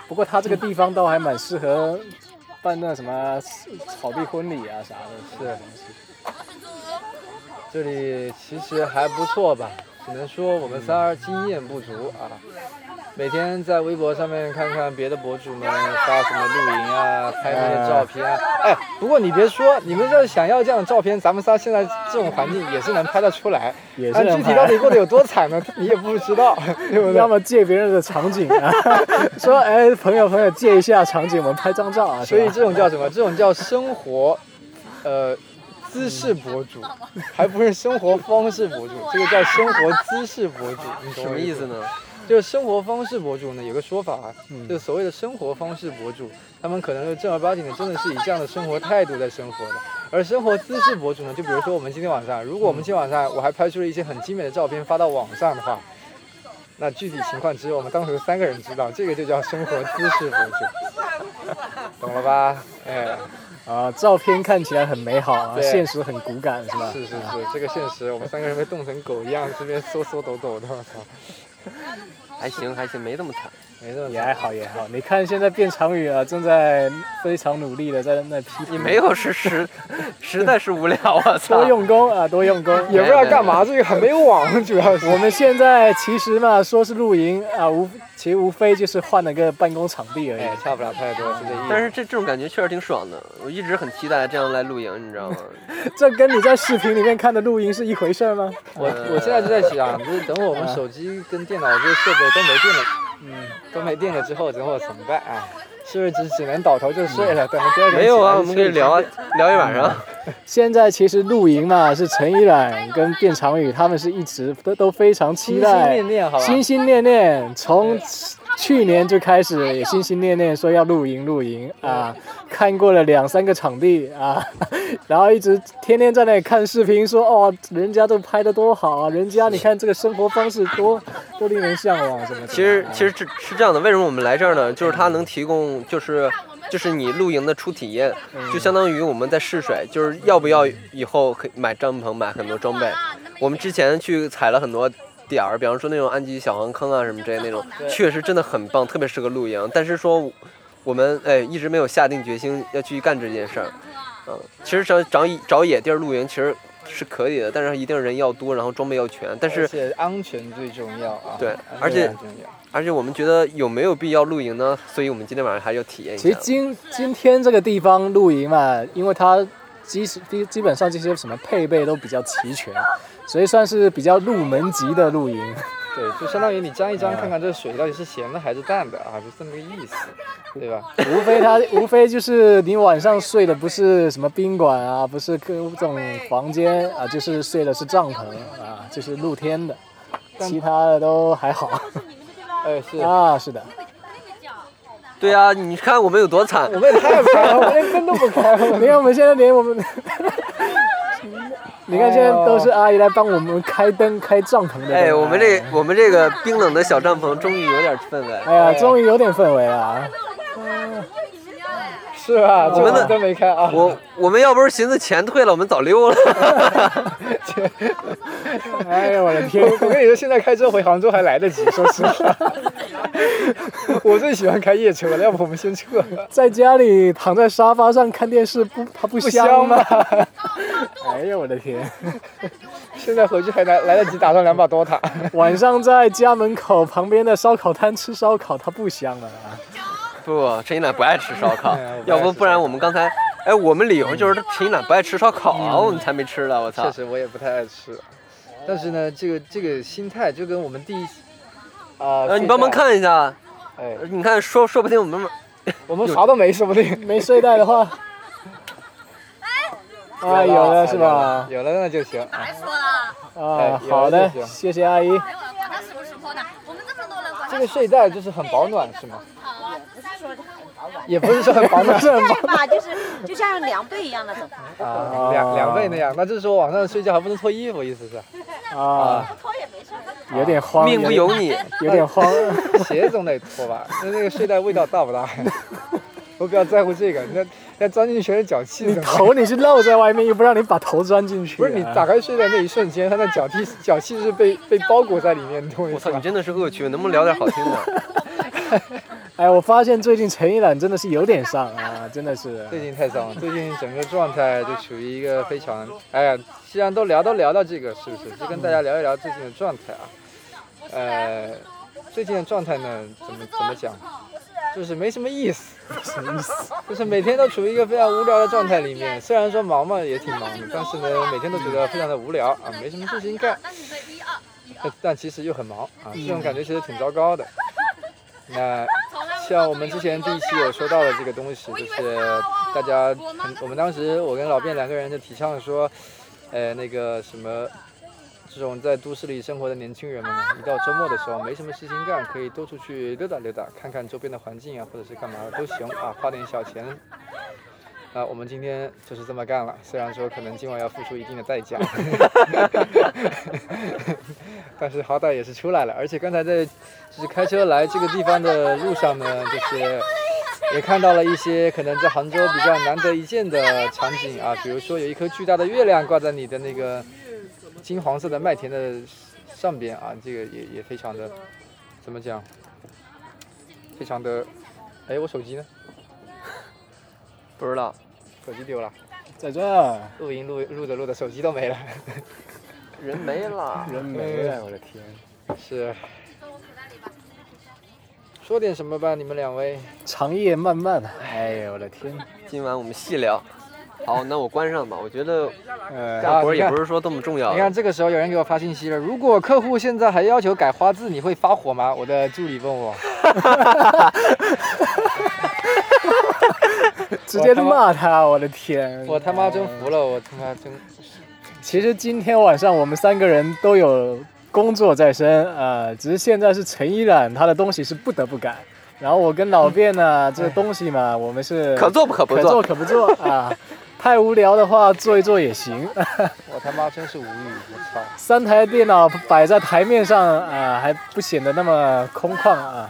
[SPEAKER 4] 不过他这个地方倒还蛮适合办那什么草地婚礼啊啥的。
[SPEAKER 1] 是，这里其实还不错吧，只能说我们仨儿经验不足啊。每天在微博上面看看别的博主们发什么露营啊，拍那些照片啊。哎，不过你别说，你们这想要这样的照片，咱们仨现在这种环境也是能拍得出来。
[SPEAKER 4] 也是
[SPEAKER 1] 但
[SPEAKER 4] 能
[SPEAKER 1] 具体
[SPEAKER 4] 拍
[SPEAKER 1] 到底过得有多惨呢， 你也不知道，对不对
[SPEAKER 4] 要？么借别人的场景 啊，说哎朋友朋友借一下场景，我们拍张照啊。
[SPEAKER 1] 所以这
[SPEAKER 4] 是吧
[SPEAKER 1] 种叫什么？这种叫生活，呃，姿势博主，还不是生活方式博主，这个叫生活姿势博主，你懂我
[SPEAKER 3] 什么意思
[SPEAKER 1] 呢？
[SPEAKER 3] 呢？
[SPEAKER 1] 就是生活方式博主呢，有个说法啊，
[SPEAKER 4] 嗯
[SPEAKER 1] 就是所谓的生活方式博主，他们可能就正儿八经的真的是以这样的生活态度在生活的。而生活姿势博主呢，就比如说我们今天晚上，如果我们
[SPEAKER 4] 嗯
[SPEAKER 1] 今天晚上我还拍出了一些很精美的照片发到网上的话，那具体情况只有我们当时三个人知道，这个就叫生活姿势博主，懂了吧？哎，
[SPEAKER 4] 啊，照片看起来很美好啊，
[SPEAKER 1] 对
[SPEAKER 4] 现实很骨感是吧？
[SPEAKER 1] 是是是，这个现实，我们三个人被冻成狗一样，这边缩缩抖抖的，我操，
[SPEAKER 3] 还行还行，没那么惨。
[SPEAKER 1] 没那么
[SPEAKER 4] 也还好也还好，你看现在卞长宇啊，正在非常努力的在那批
[SPEAKER 3] 你
[SPEAKER 4] 评，
[SPEAKER 3] 没有是 实，实在是无聊，我操
[SPEAKER 4] 多！用功啊，多用功。
[SPEAKER 1] 也不知道干嘛，这个很没网，主要是
[SPEAKER 4] 我们现在其实嘛，说是露营啊，无其实无非就是换了个办公场地而已。
[SPEAKER 1] 哎，差不了太多，是这意思。
[SPEAKER 3] 但是这这种感觉确实挺爽的，我一直很期待这样来露营，你知道吗？
[SPEAKER 4] 这跟你在视频里面看的露营是一回事儿吗？
[SPEAKER 1] 我
[SPEAKER 3] 嗯
[SPEAKER 1] 我现在就在想，就是等我们手机跟电脑这些设备都没电了，嗯，都没电了之后，等我怎么办啊？是不是只只能倒头就睡了？等着第二天
[SPEAKER 3] 没有
[SPEAKER 1] 起
[SPEAKER 3] 啊，
[SPEAKER 1] 来
[SPEAKER 3] 我们可以
[SPEAKER 1] 睡
[SPEAKER 3] 聊啊， 聊一晚上。
[SPEAKER 4] 现在其实露营嘛，是陈一冉跟卞长宇他们是一直都都非常期
[SPEAKER 1] 心心
[SPEAKER 4] 待，
[SPEAKER 1] 念念，好吧。
[SPEAKER 4] 心心念念，从去年就开始也心心念念说要露营露营啊，看过了两三个场地啊， 然后一直天天在那里看视频说哦，人家都拍的多好啊，人家你看这个生活方式多多令人向往什么的。
[SPEAKER 3] 其实其实这是这样的，为什么我们来这儿呢？就是它能提供，就是就是你露营的初体验，就相当于我们在试水，就是要不要以后可以买帐篷，买很多装备。我们之前去踩了很多点儿，比方说那种安吉小黄坑啊什么之类那种，确实真的很棒，特别适合露营。但是说我们哎一直没有下定决心要去干这件事儿。嗯，其实找找找野地儿露营其实是可以的，但是一定人要多，然后装备要全。但
[SPEAKER 1] 而
[SPEAKER 3] 是
[SPEAKER 1] 且安全最重要啊！
[SPEAKER 3] 对
[SPEAKER 1] 安全
[SPEAKER 3] 而且
[SPEAKER 1] 很重要
[SPEAKER 3] 而且我们觉得有没有必要露营呢？所以我们今天晚上还是要体验一下。
[SPEAKER 4] 其实今今天这个地方露营嘛，因为它基石基基本上这些什么配备都比较齐全，所以算是比较入门级的露营。
[SPEAKER 1] 对，就相当于你沾一沾，看看这水到底是咸的还是淡的啊，就这么个意思，对吧？
[SPEAKER 4] 无非它无非就是你晚上睡的不是什么宾馆啊，不是各种房间啊，就是睡的是帐篷啊，就是露天的，其他的都还好
[SPEAKER 1] 哎， 是，
[SPEAKER 4] 啊。是的，
[SPEAKER 3] 对啊，你看我们有多惨
[SPEAKER 1] 我，们也太拍了，我们连灯都不开了。
[SPEAKER 4] 你看我们现在连我 们，你看现在都是阿姨来帮我们开灯、开帐篷的。啊
[SPEAKER 3] 哎，我们这我们这个冰冷的小帐篷终于有点氛围。
[SPEAKER 4] 哎呀，终于有点氛围了啊！
[SPEAKER 1] 是啊，
[SPEAKER 3] 我们的
[SPEAKER 1] 这灯没开啊。
[SPEAKER 3] 我我们要不是寻思钱退了，我们早溜了。
[SPEAKER 4] 哎呦我的天
[SPEAKER 1] 我！我跟你说，现在开车回杭州还来得 及，说实话。我最喜欢开夜车了，要不我们先 撤了。
[SPEAKER 4] 在家里躺在沙发上看电视，不，它不香吗？哎呦我的天！
[SPEAKER 1] 现在回去还来来得及打上两把 DOTA。
[SPEAKER 4] 晚上在家门口旁边的烧烤摊吃烧烤，它不香了啊！
[SPEAKER 3] 不，陈一楠不爱吃烧烤
[SPEAKER 1] 哎呀我，不爱
[SPEAKER 3] 要不
[SPEAKER 1] 吃
[SPEAKER 3] 不然我们刚才，哎，我们理由就是陈一楠不爱吃烧烤啊，
[SPEAKER 1] 嗯
[SPEAKER 3] 我们才没吃呢。我操
[SPEAKER 1] 确！实，我也不太爱吃，但是呢，这个这个心态就跟我们第一啊、
[SPEAKER 3] 呃，你帮忙
[SPEAKER 1] 现在。
[SPEAKER 3] 看一下，
[SPEAKER 1] 哎，
[SPEAKER 3] 你看说说不定我们
[SPEAKER 1] 我们啥都没，说不定。
[SPEAKER 4] 没睡袋的话，啊有了是
[SPEAKER 1] 哎了
[SPEAKER 4] 吧？
[SPEAKER 1] 有了那就行。
[SPEAKER 2] 还说了，
[SPEAKER 4] 啊
[SPEAKER 1] 哎有了
[SPEAKER 4] 好的
[SPEAKER 1] 就，行
[SPEAKER 4] 谢谢阿姨。
[SPEAKER 2] 没有了，管他什么时候呢，我们这么多人管他
[SPEAKER 1] 这。个睡袋就是很保暖，是吗？
[SPEAKER 2] 好，
[SPEAKER 1] 也不是说很保暖，
[SPEAKER 4] 这
[SPEAKER 5] 盖吧，就是就像凉被一样的东 西，
[SPEAKER 1] 啊，两两倍那样。那就是说晚上睡觉还不能脱衣服，意思是？
[SPEAKER 4] 啊，
[SPEAKER 5] 不脱也没事。
[SPEAKER 4] 有点慌，
[SPEAKER 3] 命不
[SPEAKER 4] 有
[SPEAKER 3] 由你。
[SPEAKER 4] 有点 慌。
[SPEAKER 1] 鞋总得脱吧？那那个睡袋味道大不大？ 我比较在乎这个，那那钻进去全是脚气
[SPEAKER 4] 你
[SPEAKER 1] 怎么办？
[SPEAKER 4] 头你是露在外面，又不让你把头钻进去。啊
[SPEAKER 1] 不是你打开睡袋那一瞬间，它的脚气 脚气是被被包裹在里面，你懂我意
[SPEAKER 3] 我
[SPEAKER 1] 思
[SPEAKER 3] 操，你
[SPEAKER 1] 吗？
[SPEAKER 3] 真的是恶趣，能不能聊点好听的？
[SPEAKER 4] 哎，我发现最近陈一览真的是有点丧啊，真的是。
[SPEAKER 1] 最近太丧了，最近整个状态就处于一个非常……哎呀，既然都聊都聊到这个，是不是？就跟大家聊一聊最近的状态啊。呃，最近的状态呢，怎么怎么讲？啊就是没什么意思，
[SPEAKER 4] 什么意思？
[SPEAKER 1] 就是每天都处于一个非常无聊的状态里面。虽然说忙嘛，也挺忙的，但是呢，每天都觉得非常的无聊啊，没什么事情干。
[SPEAKER 2] 那你的一二一二
[SPEAKER 1] 但，但其实又很忙啊，这种感觉其实挺糟糕的。那像我们之前第一期有说到的这个东西，就是大家很，我们当时我跟老卞两个人就提倡说，呃，那个什么，这种在都市里生活的年轻人们呢，一到周末的时候没什么事情干，可以多出去溜达溜达，看看周边的环境啊，或者是干嘛的都行啊，花点小钱。啊，我们今天就是这么干了，虽然说可能今晚要付出一定的代价， 但是好歹也是出来了。而且刚才在就是开车来这个地方的路上呢，就是也看到了一些可能在杭州比较难得一见的场景啊，比如说有一颗巨大的月亮挂在你的那个金黄色的麦田的上边啊，这个也也非常的怎么讲，非常的，哎，我手机呢？
[SPEAKER 3] 不知道，
[SPEAKER 1] 手机丢了，
[SPEAKER 4] 在这儿
[SPEAKER 1] 录音录录着录着手机都没了，
[SPEAKER 3] 人没了。
[SPEAKER 4] 人没了，我的天！
[SPEAKER 1] 是。说点什么吧，你们两位。
[SPEAKER 4] 长夜漫漫，哎呦我的天！
[SPEAKER 3] 今晚我们细聊。好，那我关上吧。我觉得
[SPEAKER 4] 呃，
[SPEAKER 3] 干活
[SPEAKER 1] 你看
[SPEAKER 3] 也不是说多么重要
[SPEAKER 1] 你。看这个时候有人给我发信息了，如果客户现在还要求改花字，你会发火吗？我的助理问我，
[SPEAKER 4] 直接
[SPEAKER 1] 我他妈
[SPEAKER 4] 骂他，我的天！
[SPEAKER 1] 我他妈真服了，我他妈真
[SPEAKER 4] 其实今天晚上我们三个人都有工作在身，呃，只是现在是陈一冉他的东西是不得不改，然后我跟老卞呢，这东西嘛，我们是
[SPEAKER 3] 可做不可不
[SPEAKER 4] 可做
[SPEAKER 3] 做。
[SPEAKER 4] 可不做 啊，太无聊的话做一做也行。
[SPEAKER 1] 我他妈真是无语，我操！
[SPEAKER 4] 三台电脑摆在台面上啊，还不显得那么空旷啊。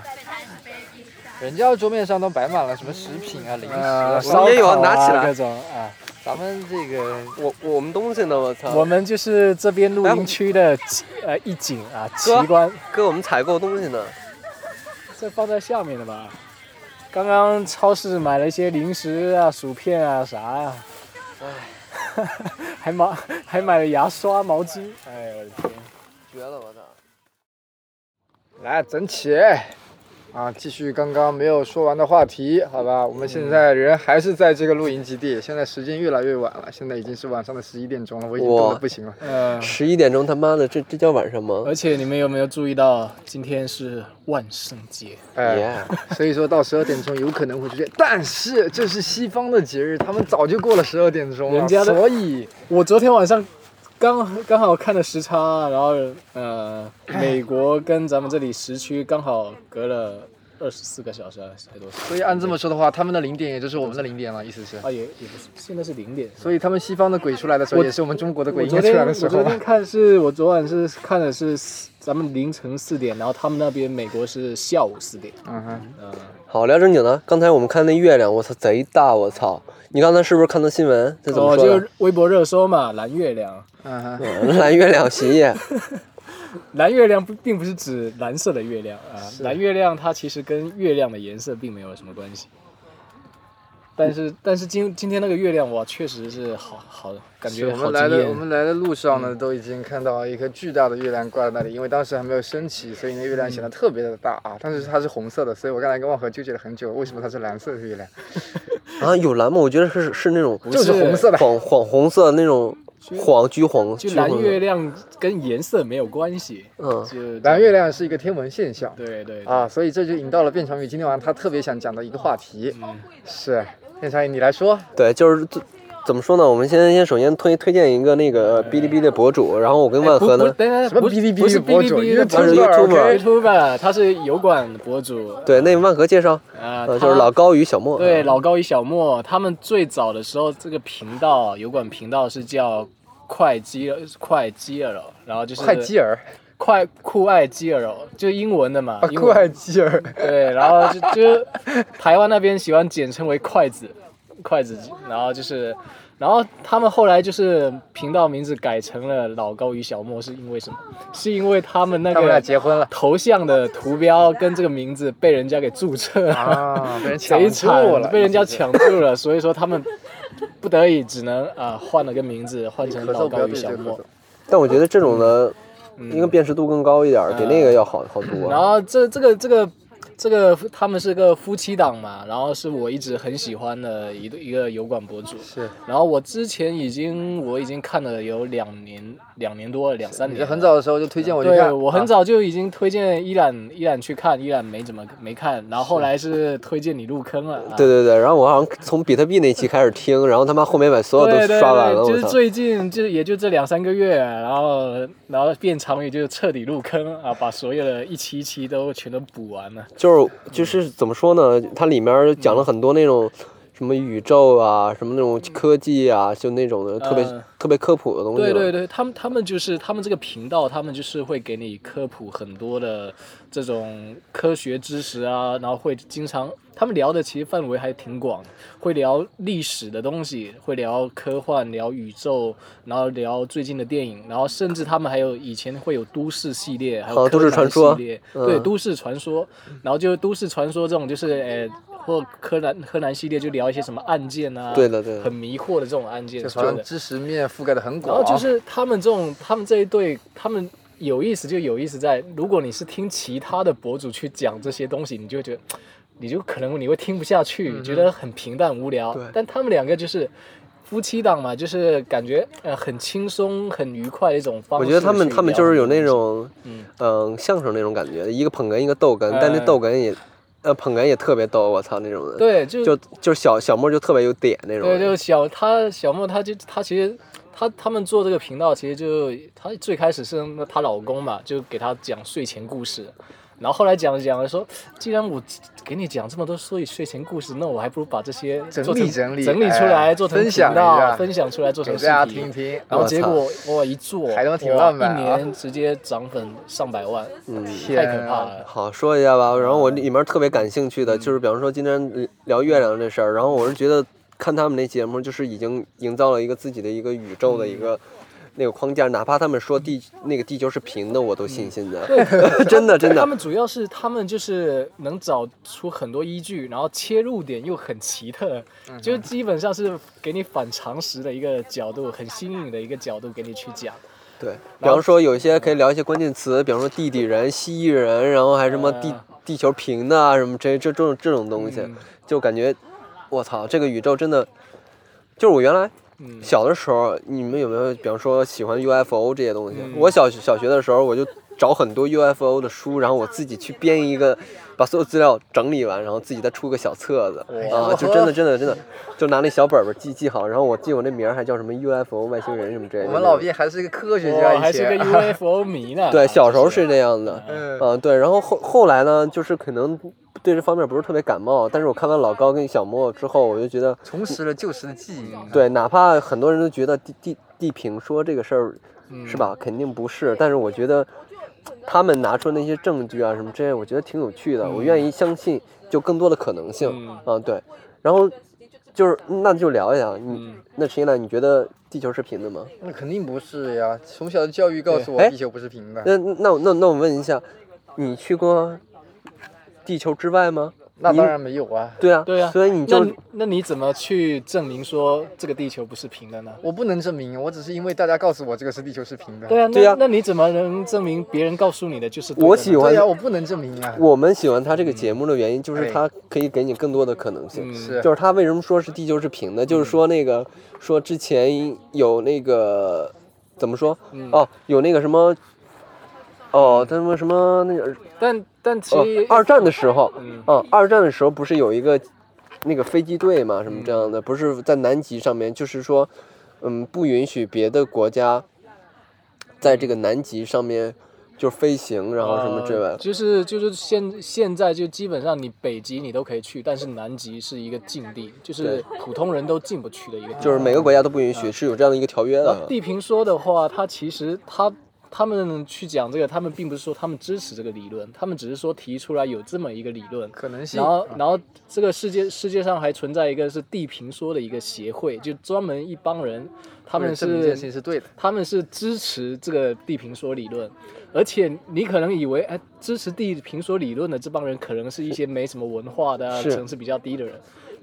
[SPEAKER 1] 人家桌面上都摆满了什么食品啊、零食啊，
[SPEAKER 4] 呃，
[SPEAKER 1] 什么
[SPEAKER 4] 烧烤
[SPEAKER 3] 也有拿起
[SPEAKER 4] 啊
[SPEAKER 3] 来
[SPEAKER 4] 各种啊。
[SPEAKER 1] 咱们这个
[SPEAKER 3] 我我们东西呢？我操！
[SPEAKER 4] 我们就是这边录音区的呃一景啊
[SPEAKER 3] 哎
[SPEAKER 4] 奇观，
[SPEAKER 3] 哥，我们采购东西呢？
[SPEAKER 4] 这放在下面的吧。刚刚超市买了一些零食啊、薯片啊啥呀、
[SPEAKER 3] 哎
[SPEAKER 4] 还买还买了牙刷、毛巾。哎呦我的天！
[SPEAKER 3] 绝了！我操！
[SPEAKER 1] 来整起啊，继续刚刚没有说完的话题，好吧？我们现在人还是在这个露营基地，现在时间越来越晚了，现在已经是晚上的十一点钟了，我已经冻得
[SPEAKER 3] 哇
[SPEAKER 1] 不行了。
[SPEAKER 4] 呃，
[SPEAKER 3] 十一点钟，他妈的，这这叫晚上吗？
[SPEAKER 4] 而且你们有没有注意到，今天是万圣节？
[SPEAKER 1] 哎
[SPEAKER 3] Yeah
[SPEAKER 1] 所以说到十二点钟有可能会出现，但是这是西方的节日，他们早就过了十二点钟了，
[SPEAKER 4] 人家的
[SPEAKER 1] 所以
[SPEAKER 4] 我昨天晚上刚刚好看的时差，然后呃，
[SPEAKER 1] 哎
[SPEAKER 4] 美国跟咱们这里时区刚好隔了二十四个小时还是多少？
[SPEAKER 1] 所以按这么说的话，他们的零点也就是我们的零点了，意思是。
[SPEAKER 4] 啊，也也不是，现在是零点。
[SPEAKER 1] 所以他们西方的鬼出来的时候，
[SPEAKER 4] 我
[SPEAKER 1] 也是我们中国的鬼
[SPEAKER 4] 我
[SPEAKER 1] 应该
[SPEAKER 4] 昨
[SPEAKER 1] 出
[SPEAKER 4] 天
[SPEAKER 1] 来
[SPEAKER 4] 我
[SPEAKER 1] 的时
[SPEAKER 4] 昨
[SPEAKER 1] 候
[SPEAKER 4] 天
[SPEAKER 1] 吧。
[SPEAKER 4] 看是，我昨晚是看的是四咱们凌晨四点，然后他们那边美国是下午四点。
[SPEAKER 1] 嗯哼，
[SPEAKER 3] 好，聊正经的。刚才我们看那月亮，我操，贼大！我操！你刚才是不是看到新闻？这怎么
[SPEAKER 4] 哦，
[SPEAKER 3] 说的
[SPEAKER 4] 就？微博热搜嘛，蓝月亮。
[SPEAKER 1] 嗯哼。
[SPEAKER 3] 蓝月亮洗衣液，
[SPEAKER 4] 蓝月亮不并不是指蓝色的月亮啊，蓝月亮它其实跟月亮的颜色并没有什么关系。但是但是今今天那个月亮哇，确实是好好感
[SPEAKER 1] 是
[SPEAKER 4] 觉
[SPEAKER 1] 我
[SPEAKER 4] 好
[SPEAKER 1] 们来
[SPEAKER 4] 惊
[SPEAKER 1] 的我
[SPEAKER 4] 艳。
[SPEAKER 1] 们来的路上呢，都已经看到一颗巨大的月亮挂在那里，因为当时还没有升起，所以那月亮显得特别的大啊。但是它是红色的，所以我刚才跟万和纠结了很久，为什么它是蓝色的月亮？
[SPEAKER 3] 啊，有蓝吗？我觉得是是那种
[SPEAKER 4] 是
[SPEAKER 1] 就是红色的。
[SPEAKER 3] 黄黄红色那种黄橘黄，
[SPEAKER 4] 就
[SPEAKER 3] 橘
[SPEAKER 4] 蓝
[SPEAKER 3] 黄
[SPEAKER 4] 月
[SPEAKER 3] 色。
[SPEAKER 4] 亮跟颜色没有关系，
[SPEAKER 3] 嗯，
[SPEAKER 4] 就
[SPEAKER 1] 蓝月亮是一个天文现象
[SPEAKER 4] 对对对
[SPEAKER 1] 啊，所以这就引到了卞长宇今天晚上他特别想讲的一个话题，
[SPEAKER 4] 嗯
[SPEAKER 1] 是卞长宇你来说，
[SPEAKER 3] 对，就是这怎么说呢？我们先先首先推推荐一个那个哔哩哔哩的博主，然后我跟万
[SPEAKER 4] 哎不
[SPEAKER 3] 和
[SPEAKER 4] 不
[SPEAKER 3] 呢，
[SPEAKER 4] 等等
[SPEAKER 1] 什么
[SPEAKER 4] 不是
[SPEAKER 1] 哔哩哔哩
[SPEAKER 4] 不是
[SPEAKER 1] 博
[SPEAKER 4] 哔哩
[SPEAKER 1] 主
[SPEAKER 4] 哔哩的
[SPEAKER 1] ，YouTuber，
[SPEAKER 4] 博主
[SPEAKER 3] OK
[SPEAKER 4] ，YouTuber，他是油管博主。
[SPEAKER 3] 对，那万和介绍，
[SPEAKER 4] 啊，
[SPEAKER 3] 呃，
[SPEAKER 4] 他
[SPEAKER 3] 就是老高与小莫。
[SPEAKER 4] 对，老高与小莫他们最早的时候，这个频道油管频道是叫快基快基尔，然后就是
[SPEAKER 1] 快基尔，
[SPEAKER 4] 快酷爱基尔，就英文的嘛，
[SPEAKER 1] 啊
[SPEAKER 4] 英文
[SPEAKER 1] 快基尔，
[SPEAKER 4] 对，然后 就就台湾那边喜欢简称为筷子，筷子，然后就是然后他们后来就是频道名字改成了老高与小莫，是因为什么？是因为他们那
[SPEAKER 1] 他们俩
[SPEAKER 4] 个
[SPEAKER 1] 结婚了
[SPEAKER 4] 头像的图标跟这个名字被人家给注册了，
[SPEAKER 1] 啊，被人
[SPEAKER 4] 贼
[SPEAKER 1] 抢
[SPEAKER 4] 惨
[SPEAKER 1] 住了，
[SPEAKER 4] 被人家抢住了， 所以说他们不得已只能啊、换了个名字，换成
[SPEAKER 1] 咳
[SPEAKER 4] 老
[SPEAKER 1] 嗽不
[SPEAKER 4] 高
[SPEAKER 1] 要
[SPEAKER 4] 与
[SPEAKER 1] 对
[SPEAKER 4] 小
[SPEAKER 1] 这个咳
[SPEAKER 4] 莫
[SPEAKER 1] 嗽。。
[SPEAKER 3] 但我觉得这种的应该
[SPEAKER 4] 嗯，
[SPEAKER 3] 辨识度更高一点，比那个要好好多。啊
[SPEAKER 4] 然后这这个这个这个他们是个夫妻档嘛，然后是我一直很喜欢的一个一个油管博主。
[SPEAKER 1] 是，
[SPEAKER 4] 然后我之前已经我已经看了有两年两年多了，两三
[SPEAKER 1] 你
[SPEAKER 4] 年
[SPEAKER 1] 是
[SPEAKER 4] 了。
[SPEAKER 1] 很早的时候就推荐我去
[SPEAKER 4] 对，
[SPEAKER 1] 看，
[SPEAKER 4] 我很
[SPEAKER 1] 啊。
[SPEAKER 4] 早就已经推荐依然依然去看，依然没怎么没看，然后后来是推荐你入坑了。啊
[SPEAKER 3] 对对对，然后我好像从比特币那期开始听，然后他妈后面把所有
[SPEAKER 4] 对
[SPEAKER 3] 都
[SPEAKER 4] 对
[SPEAKER 3] 刷完了，
[SPEAKER 4] 对就
[SPEAKER 3] 我
[SPEAKER 4] 是
[SPEAKER 3] 操！
[SPEAKER 4] 最近就也就这两三个月，然后然后变长也就彻底入坑啊，把所有的一期一期都全都补完了。
[SPEAKER 3] 就是就是怎么说呢？它里面讲了很多那种什么宇宙啊，什么那种科技啊，就那种的特别、
[SPEAKER 4] 嗯
[SPEAKER 3] 特别科普的东西。
[SPEAKER 4] 对对对，他们他们就是他们这个频道，他们就是会给你科普很多的这种科学知识啊，然后会经常他们聊的其实范围还挺广的，会聊历史的东西，会聊科幻，聊宇宙，然后聊最近的电影，然后甚至他们还有以前会有都市系列，还有
[SPEAKER 3] 哦都市
[SPEAKER 4] 柯南
[SPEAKER 3] 传说
[SPEAKER 4] 系列，
[SPEAKER 3] 嗯
[SPEAKER 4] 对都市传说，然后就都市传说这种就是呃或柯南柯南系列就聊一些什么案件啊，
[SPEAKER 3] 对的对的
[SPEAKER 4] 很迷惑的这种案件
[SPEAKER 1] 就
[SPEAKER 4] 之
[SPEAKER 1] 好
[SPEAKER 4] 类
[SPEAKER 1] 像
[SPEAKER 4] 的。
[SPEAKER 1] 知识面覆盖的很
[SPEAKER 4] 然
[SPEAKER 1] 广，
[SPEAKER 4] 后啊就是他们这种，他们这一对，他们有意思就有意思在，如果你是听其他的博主去讲这些东西，你就会觉得，你就可能你会听不下去，
[SPEAKER 3] 嗯
[SPEAKER 4] 觉得很平淡无聊
[SPEAKER 1] 对。
[SPEAKER 4] 但他们两个就是夫妻档嘛，就是感觉呃很轻松、很愉快的一种方
[SPEAKER 3] 我
[SPEAKER 4] 式
[SPEAKER 3] 觉
[SPEAKER 4] 去
[SPEAKER 3] 得
[SPEAKER 4] 聊这个
[SPEAKER 3] 他
[SPEAKER 4] 东西。
[SPEAKER 3] 们他们就是有那种
[SPEAKER 4] 嗯
[SPEAKER 3] 嗯、相声那种感觉，一个捧哏一个逗哏，但那
[SPEAKER 4] 哎
[SPEAKER 3] 逗哏也呃捧哏也特别逗，我操那种的。
[SPEAKER 4] 对，就
[SPEAKER 3] 就就是小小莫就特别有点那种的。
[SPEAKER 4] 对，就是小他小莫，他就他其实他他们做这个频道，其实就他最开始是她老公嘛，就给她讲睡前故事，然后后来讲着讲着说，既然我给你讲这么多睡睡前故事，那我还不如把这些
[SPEAKER 1] 整
[SPEAKER 4] 做成
[SPEAKER 1] 理整理
[SPEAKER 4] 整理出
[SPEAKER 1] 哎
[SPEAKER 4] 来做成
[SPEAKER 1] 分享
[SPEAKER 4] 频道
[SPEAKER 1] 一下
[SPEAKER 4] 分享出来做
[SPEAKER 1] 给
[SPEAKER 4] 成
[SPEAKER 1] 大
[SPEAKER 4] 视
[SPEAKER 1] 家
[SPEAKER 4] 啊频
[SPEAKER 1] 听。听。啊
[SPEAKER 4] 然后
[SPEAKER 3] 我
[SPEAKER 4] 结
[SPEAKER 3] 操
[SPEAKER 4] 果哇一做，
[SPEAKER 1] 还他妈挺
[SPEAKER 4] 哇
[SPEAKER 1] 浪漫啊
[SPEAKER 4] 一年直接涨粉上百万，
[SPEAKER 3] 嗯
[SPEAKER 4] 太可
[SPEAKER 1] 天
[SPEAKER 4] 怕
[SPEAKER 1] 啊
[SPEAKER 4] 了。
[SPEAKER 3] 好，说一下吧。然后我里面特别感兴趣的，就是比方说今天聊月亮这事儿，然后我是觉得看他们那节目，就是已经营造了一个自己的一个宇宙的一个那个框架，哪怕他们说地那个地球是平的，我都信。现 在真的真
[SPEAKER 4] 他
[SPEAKER 3] 的，
[SPEAKER 4] 们主要是他们就是能找出很多依据，然后切入点又很奇特，
[SPEAKER 3] 嗯
[SPEAKER 4] 就基本上是给你反常识的一个角度，很新颖的一个角度给你去讲。
[SPEAKER 3] 对。比方说有一些可以聊一些关键词，比方说地底人、蜥蜴人，然后还什么地
[SPEAKER 4] 嗯
[SPEAKER 3] 地球平的啊，什么这这这种这种东西，就感觉我操，这个宇宙真的就是我原来
[SPEAKER 4] 嗯，
[SPEAKER 3] 小的时候，你们有没有，比方说喜欢 UFO 这些东西？
[SPEAKER 4] 嗯
[SPEAKER 3] 我小小学的时候，我就找很多 UFO 的书，然后我自己去编一个，把所有资料整理完，然后自己再出个小册子啊，就真的真的 真的，就拿那小本本记记好，然后我记我那名儿还叫什么 UFO 外星人什么之类的。
[SPEAKER 1] 我们老毕还是个科学家，
[SPEAKER 4] 我
[SPEAKER 1] 以前
[SPEAKER 4] 哦还是个 UFO 迷呢。
[SPEAKER 3] 对，小时候是这样的，
[SPEAKER 1] 嗯
[SPEAKER 3] 嗯，对，然后后后来呢，就是可能对这方面不是特别感冒，但是我看完老高跟小莫之后，我就觉得
[SPEAKER 1] 重拾了旧时的记忆。
[SPEAKER 3] 嗯对，哪怕很多人都觉得地地地平说这个事儿
[SPEAKER 4] 嗯
[SPEAKER 3] 是吧，肯定不是，但是我觉得他们拿出那些证据啊什么这些，我觉得挺有趣的，我愿意相信就更多的可能性
[SPEAKER 4] 嗯
[SPEAKER 3] 啊，对，然后就是那就聊一下，你
[SPEAKER 4] 嗯
[SPEAKER 3] 那陈一楠，你觉得地球是平的吗？
[SPEAKER 1] 那肯定不是呀，从小的教育告诉我
[SPEAKER 3] 哎
[SPEAKER 1] 地球不是平的。
[SPEAKER 3] 那那我那那我问一下，你去过地球之外吗？
[SPEAKER 1] 那
[SPEAKER 3] 你
[SPEAKER 1] 当然没有啊，
[SPEAKER 3] 对啊，
[SPEAKER 4] 对啊，
[SPEAKER 3] 所以你
[SPEAKER 4] 那
[SPEAKER 3] 就
[SPEAKER 4] 你那你怎么去证明说这个地球不是平的呢？
[SPEAKER 1] 我不能证明，我只是因为大家告诉我这个是地球是平的。
[SPEAKER 4] 对啊，那
[SPEAKER 3] 对啊
[SPEAKER 4] 那你怎么能证明别人告诉你的就是对的呢
[SPEAKER 3] 我喜欢
[SPEAKER 1] 对呀、我不能证明啊。
[SPEAKER 3] 我们喜欢他这个节目的原因，就是
[SPEAKER 1] 哎
[SPEAKER 3] 他可以给你更多的可能性。
[SPEAKER 4] 嗯
[SPEAKER 1] 是
[SPEAKER 3] 就是他为什么说是地球是平的，就是说那个说之前有那个怎么说
[SPEAKER 4] 嗯？
[SPEAKER 3] 哦，有那个什么。哦，他们什么那个
[SPEAKER 4] 但但其
[SPEAKER 3] 哦
[SPEAKER 4] 实，
[SPEAKER 3] 二战的时候，
[SPEAKER 4] 嗯
[SPEAKER 3] 嗯，二战的时候不是有一个那个飞机队嘛，什么这
[SPEAKER 4] 嗯
[SPEAKER 3] 样的，不是在南极上面，就是说，嗯，不允许别的国家在这个南极上面就飞行，然后什么之类
[SPEAKER 4] 呃
[SPEAKER 3] 的。
[SPEAKER 4] 就是就是现现在就基本上你北极你都可以去，但是南极是一个禁地，就是普通人都进不去的一个地方。呃哦
[SPEAKER 1] 嗯
[SPEAKER 3] 就是每个国家都不允许，是有这样的一个条约
[SPEAKER 4] 然后
[SPEAKER 3] 的。
[SPEAKER 4] 地平说的话，它其实它他们去讲这个，他们并不是说他们支持这个理论，他们只是说提出来有这么一个理论。
[SPEAKER 1] 可嗯能性
[SPEAKER 4] 然。后，然后这个世界世界上还存在一个是地平说的一个协会，就专门一帮人，他们
[SPEAKER 1] 证明这件事
[SPEAKER 4] 是
[SPEAKER 1] 情是对的，
[SPEAKER 4] 他们是支持这个地平说理论，而且你可能以为，哎，支持地平说理论的这帮人可能是一些没什么文化的、啊、
[SPEAKER 1] 是
[SPEAKER 4] 层次比较低的人，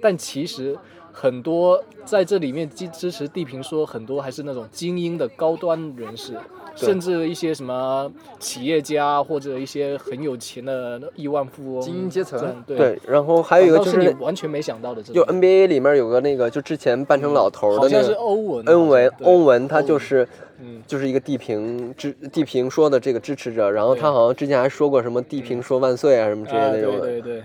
[SPEAKER 4] 但其实很多在这里面支支持地平说，很多还是那种精英的高端人士，
[SPEAKER 3] 对
[SPEAKER 4] 甚至一些什么企业家或者一些很有钱的亿万富翁、
[SPEAKER 1] 精英阶层
[SPEAKER 4] 这样对。
[SPEAKER 3] 对，然后还有一个
[SPEAKER 4] 反
[SPEAKER 3] 就
[SPEAKER 4] 倒是
[SPEAKER 3] 是
[SPEAKER 4] 你完全没想到的这
[SPEAKER 3] 就
[SPEAKER 4] 种，
[SPEAKER 3] NBA 里面有个那个，就之前扮成老头
[SPEAKER 4] 好
[SPEAKER 3] 的那
[SPEAKER 4] 像是
[SPEAKER 3] 个
[SPEAKER 4] 欧文，啊
[SPEAKER 3] 恩维
[SPEAKER 4] 对
[SPEAKER 3] 欧文，他就是
[SPEAKER 4] 嗯
[SPEAKER 3] 就是一个地平支地平说的这个支持者，然后他好像之前还说过什么地平说万岁啊什么之类
[SPEAKER 4] 啊，
[SPEAKER 3] 的那种
[SPEAKER 4] 对
[SPEAKER 3] 的，
[SPEAKER 4] 对对。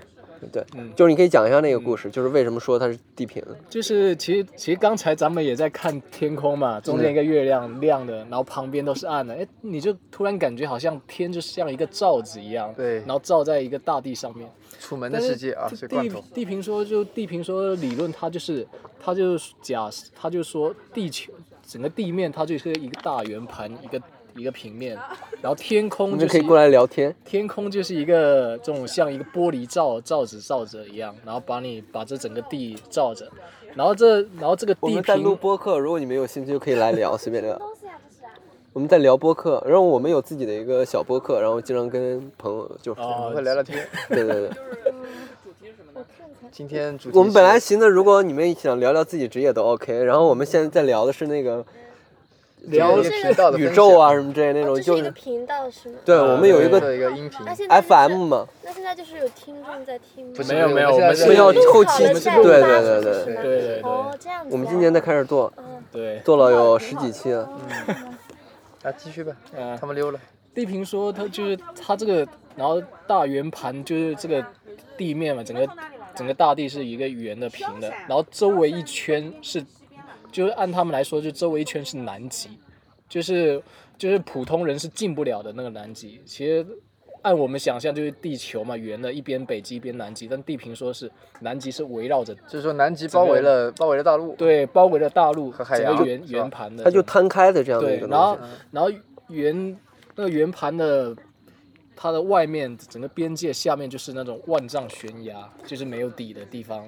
[SPEAKER 3] 对
[SPEAKER 4] 嗯，
[SPEAKER 3] 就是你可以讲一下那个故事，就是为什么说它是地平，
[SPEAKER 2] 嗯
[SPEAKER 4] 就是其实其实刚才咱们也在看天空嘛，中间一个月亮亮的，然后旁边都是暗的，哎，你就突然感觉好像天就像一个罩子一样，
[SPEAKER 1] 对
[SPEAKER 4] 然后罩在一个大地上面。
[SPEAKER 1] 楚门的
[SPEAKER 4] 但
[SPEAKER 1] 世
[SPEAKER 4] 是
[SPEAKER 1] 界啊，
[SPEAKER 4] 地
[SPEAKER 1] 是罐
[SPEAKER 4] 地
[SPEAKER 1] 头。
[SPEAKER 4] 地平说就地平说理论，它就是它就是假，它就说地球整个地面它就是一个大圆盘，一个一个平面，然后天
[SPEAKER 3] 你
[SPEAKER 4] 空
[SPEAKER 3] 们
[SPEAKER 4] 就
[SPEAKER 3] 可
[SPEAKER 4] 是
[SPEAKER 3] 以过来聊天。
[SPEAKER 4] 天空就是一个这种像一个玻璃罩罩子罩着一样，然后把你把这整个地罩着，然后这然后这个
[SPEAKER 3] 我
[SPEAKER 4] 地
[SPEAKER 3] 们在录
[SPEAKER 4] 平
[SPEAKER 3] 播客，如果你们有兴趣就可以来聊，随便聊。
[SPEAKER 2] 东西啊，这是啊。
[SPEAKER 3] 我们在聊播客，然后我们有自己的一个小播客，然后经常跟朋友就是，
[SPEAKER 1] 我
[SPEAKER 4] 哦
[SPEAKER 1] 们会聊聊天。
[SPEAKER 3] 对对对。
[SPEAKER 1] 今天主题
[SPEAKER 3] 我们本来
[SPEAKER 1] 是
[SPEAKER 3] 寻思，如果你们想聊聊自己职业都 OK，然后我们现在在聊的是那个
[SPEAKER 1] 聊一个频道的
[SPEAKER 3] 宇
[SPEAKER 1] 分
[SPEAKER 3] 宙
[SPEAKER 1] 享
[SPEAKER 3] 啊，什么之类的那种，
[SPEAKER 6] 这
[SPEAKER 3] 就是
[SPEAKER 6] 一个频道是吗？
[SPEAKER 3] 对我们有一
[SPEAKER 1] 做
[SPEAKER 3] 个
[SPEAKER 1] 一个音频，
[SPEAKER 6] 那现在就是
[SPEAKER 3] FM 嘛，
[SPEAKER 6] 那现在就是有听众在听吗？
[SPEAKER 1] 不是
[SPEAKER 4] 没有没有
[SPEAKER 1] 我
[SPEAKER 4] 我
[SPEAKER 1] 们
[SPEAKER 4] 们
[SPEAKER 1] 现在
[SPEAKER 4] 是
[SPEAKER 3] 我们要
[SPEAKER 1] 是
[SPEAKER 3] 后
[SPEAKER 6] 好
[SPEAKER 3] 期，
[SPEAKER 6] 了
[SPEAKER 3] 对
[SPEAKER 6] 下一个
[SPEAKER 3] 对
[SPEAKER 6] 发
[SPEAKER 3] 对
[SPEAKER 6] 出
[SPEAKER 3] 对
[SPEAKER 6] 去是吗
[SPEAKER 4] 对对对
[SPEAKER 6] 哦，这样子啊。
[SPEAKER 3] 我们今年才开始做，
[SPEAKER 4] 对，
[SPEAKER 3] 做了有十几期了。
[SPEAKER 1] 啊，继续吧，
[SPEAKER 4] 嗯
[SPEAKER 1] 他，们溜了。
[SPEAKER 4] 地平说它就是它这个，然后大圆盘就是这个地面嘛，整个整个大地是一个圆的平的，然后周围一圈是，就是按他们来说，就周围一圈是南极，就是就是普通人是进不了的那个南极。其实按我们想象就是地球嘛，圆的，一边北极一边南极，但地平说是南极是围绕着
[SPEAKER 1] 就是说南极包围了包围了大陆，
[SPEAKER 4] 对包围了大陆
[SPEAKER 1] 和海
[SPEAKER 4] 整
[SPEAKER 1] 洋
[SPEAKER 4] 个圆
[SPEAKER 1] 是吧
[SPEAKER 4] 圆盘的，
[SPEAKER 3] 它就摊开的这样的一
[SPEAKER 4] 对
[SPEAKER 3] 个，
[SPEAKER 4] 然后
[SPEAKER 3] 东西，啊
[SPEAKER 4] 然后圆那个圆盘的它的外面整个边界下面就是那种万丈悬崖，就是没有底的地方。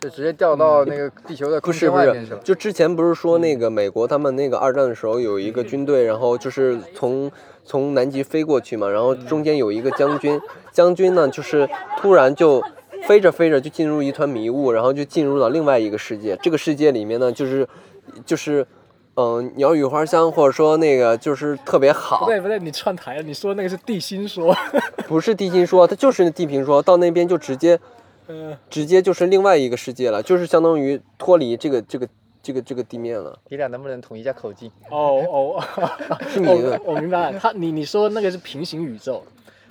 [SPEAKER 1] 就直接掉到那个地球的
[SPEAKER 3] 嗯不
[SPEAKER 1] 空
[SPEAKER 3] 是
[SPEAKER 1] 间
[SPEAKER 3] 不
[SPEAKER 1] 外面去
[SPEAKER 3] 是
[SPEAKER 1] 了，。
[SPEAKER 3] 就之前不是说那个美国他们那个二战的时候有一个军队，然后就是从从南极飞过去嘛，然后中间有一个将军，将军呢就是突然就飞着飞着就进入一团迷雾，然后就进入到另外一个世界，这个世界里面呢就是就是。嗯，鸟语花香，或者说那个就是特别
[SPEAKER 4] 不
[SPEAKER 3] 好，
[SPEAKER 4] 对不对，你串台了，你说那个是地心说，
[SPEAKER 3] 不是地心说，它就是地平说，到那边就直接
[SPEAKER 4] 嗯，
[SPEAKER 3] 直接就是另外一个世界了，就是相当于脱离这个这个这个这个地面了。
[SPEAKER 1] 你俩能不能统一一下口径？
[SPEAKER 4] 哦哦，
[SPEAKER 3] 是你的
[SPEAKER 4] 我我明白了，他你你说那个是平行宇宙，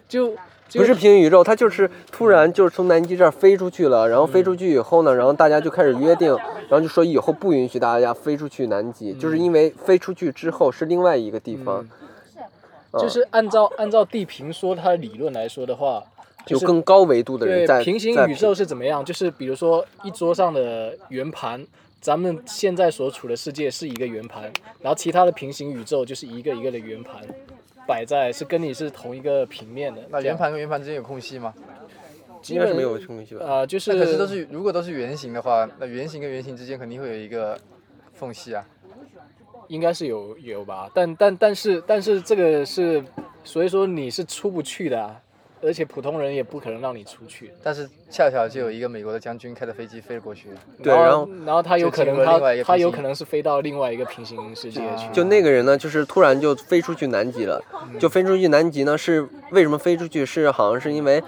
[SPEAKER 4] 就就
[SPEAKER 3] 不是平行宇宙，它就是突然就是从南极这儿飞出去了，然后飞
[SPEAKER 4] 嗯
[SPEAKER 3] 出去以后呢，然后大家就开始约定，然后就说以后不允许大家飞出去南极，就是
[SPEAKER 4] 嗯
[SPEAKER 3] 因为飞出去之后是另外一个地方，嗯
[SPEAKER 4] 就是按照按照地平说它的理论来说的话，
[SPEAKER 3] 有
[SPEAKER 4] 是
[SPEAKER 3] 更高维度的人
[SPEAKER 4] 对，
[SPEAKER 3] 在
[SPEAKER 4] 平行
[SPEAKER 3] 在
[SPEAKER 4] 宇宙是怎么样？就是比如说一桌上的圆盘，咱们现在所处的世界是一个圆盘，然后其他的平行宇宙就是一个一个的圆盘摆在是跟你是同一个平面的。
[SPEAKER 1] 那
[SPEAKER 4] 这样
[SPEAKER 1] 圆盘跟圆盘之间有空隙吗？
[SPEAKER 3] 应该是没有空隙吧？
[SPEAKER 4] 呃，就是
[SPEAKER 1] 那可是都是如果都是圆形的话，那圆形跟圆形之间肯定会有一个缝隙啊。
[SPEAKER 4] 应该是有有吧，但但但是但是这个是，所以说你是出不去的、啊，而且普通人也不可能让你出去。
[SPEAKER 1] 但是恰巧就有一个美国的将军开着飞机飞了过去，
[SPEAKER 3] 对
[SPEAKER 4] 然
[SPEAKER 3] 然后
[SPEAKER 4] 然后他有可
[SPEAKER 1] 就进
[SPEAKER 4] 能
[SPEAKER 1] 入了另外一个
[SPEAKER 4] 他他
[SPEAKER 1] 平行
[SPEAKER 4] 有可能是飞到另外一个平行世界去。
[SPEAKER 3] 就那个人呢，就是突然就飞出去南极了。就飞出去南极呢，是为什么飞出去？是好像是因为，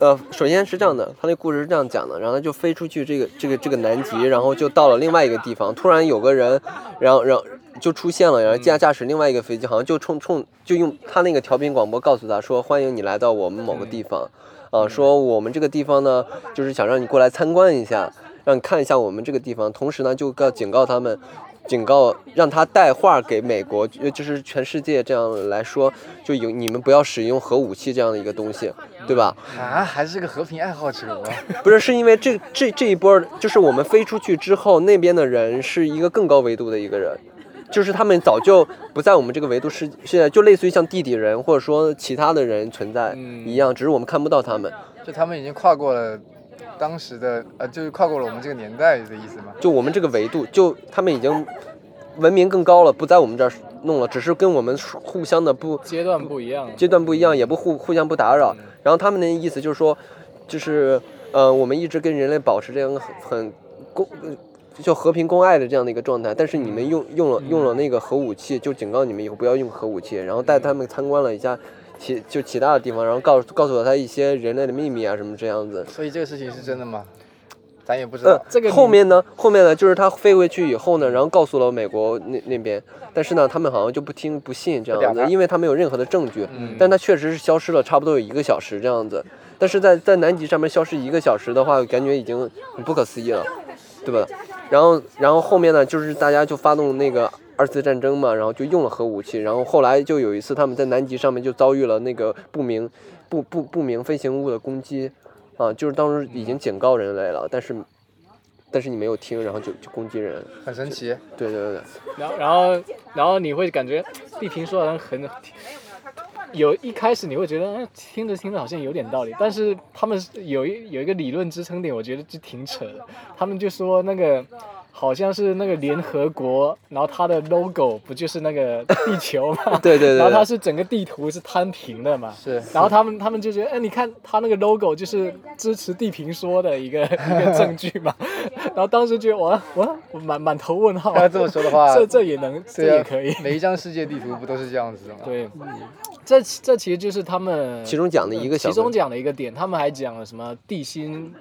[SPEAKER 3] 呃，首先是这样的，他那故事是这样讲的，然后他就飞出去这个这个这个南极，然后就到了另外一个地方，突然有个人，然后然后就出现了，然后驾驾驶另外一个飞机，好像就冲冲就用他那个调频广播告诉他说，欢迎你来到我们某个地方。啊，说我们这个地方呢，就是想让你过来参观一下，让你看一下我们这个地方。同时呢，就告警告他们，警告让他带话给美国，呃就是全世界这样来说，就有你们不要使用核武器这样的一个东西，对吧？
[SPEAKER 1] 啊，还是个和平爱好者。啊
[SPEAKER 3] 不是，是因为这这这一波，就是我们飞出去之后，那边的人是一个更高维度的一个人，就是他们早就不在我们这个维度世世界，就类似于像地底人或者说其他的人存在
[SPEAKER 4] 嗯
[SPEAKER 3] 一样，只是我们看不到他们。
[SPEAKER 1] 就他们已经跨过了当时的呃，就是跨过了我们这个年代的意思吗？
[SPEAKER 3] 就我们这个维度，就他们已经文明更高了，不在我们这儿弄了，只是跟我们互相的不
[SPEAKER 4] 阶段不一样，
[SPEAKER 3] 阶段不一样，也不互互相不打扰。然后他们的意思就是说，就是呃，我们一直跟人类保持这样一个很很公。呃就和平共爱的这样的一个状态，但是你们用用了用了那个核武器，就警告你们以后不要用核武器。然后带他们参观了一下其就其他的地方，然后告诉告诉了他一些人类的秘密啊什么这样子。
[SPEAKER 1] 所以这个事情是真的吗？咱也不知
[SPEAKER 3] 嗯
[SPEAKER 1] 道，。
[SPEAKER 4] 这个你
[SPEAKER 3] 后面呢？后面呢？就是他飞回去以后呢，然后告诉了美国那那边，但是呢，他们好像就不听不信这样
[SPEAKER 1] 不表
[SPEAKER 3] 子，
[SPEAKER 1] 态
[SPEAKER 3] 因为他没有任何的证据。
[SPEAKER 1] 嗯
[SPEAKER 3] 但他确实是消失了，差不多有一个小时这样子。但是在在南极上面消失一个小时的话，感觉已经很不可思议了，对吧？然后然后后面呢，就是大家就发动那个二次战争嘛，然后就用了核武器，然后后来就有一次他们在南极上面就遭遇了那个不明不不不明飞行物的攻击，啊，就是当时已经警告人类了，但是但是你没有听，然后就就攻击人，
[SPEAKER 1] 很神奇。
[SPEAKER 3] 对对对，？
[SPEAKER 4] 然后然后然后你会感觉地平说好像很有一开始你会觉得嗯听着听着好像有点道理，但是他们是有一有一个理论支撑点，我觉得就挺扯的。他们就说那个好像是那个联合国，然后它的 logo 不就是那个地球嘛
[SPEAKER 3] 对对对对
[SPEAKER 4] 然后它是整个地图是摊平的嘛？
[SPEAKER 1] 是
[SPEAKER 4] 然后他们他们就觉得，哎，你看他那个 logo 就是支持地平说的一个一个证据嘛。然后当时觉得哇哇，我满满头问号。
[SPEAKER 1] 要这么说的话
[SPEAKER 4] 这这也能，这
[SPEAKER 1] 对啊，
[SPEAKER 4] 也可以。
[SPEAKER 1] 每一张世界地图不都是这样子的吗？
[SPEAKER 4] 对，这这其实就是他们呃
[SPEAKER 3] 其中讲的一个小
[SPEAKER 4] 嗯其中
[SPEAKER 3] 问题
[SPEAKER 4] 讲的一个点，他们还讲了什么地心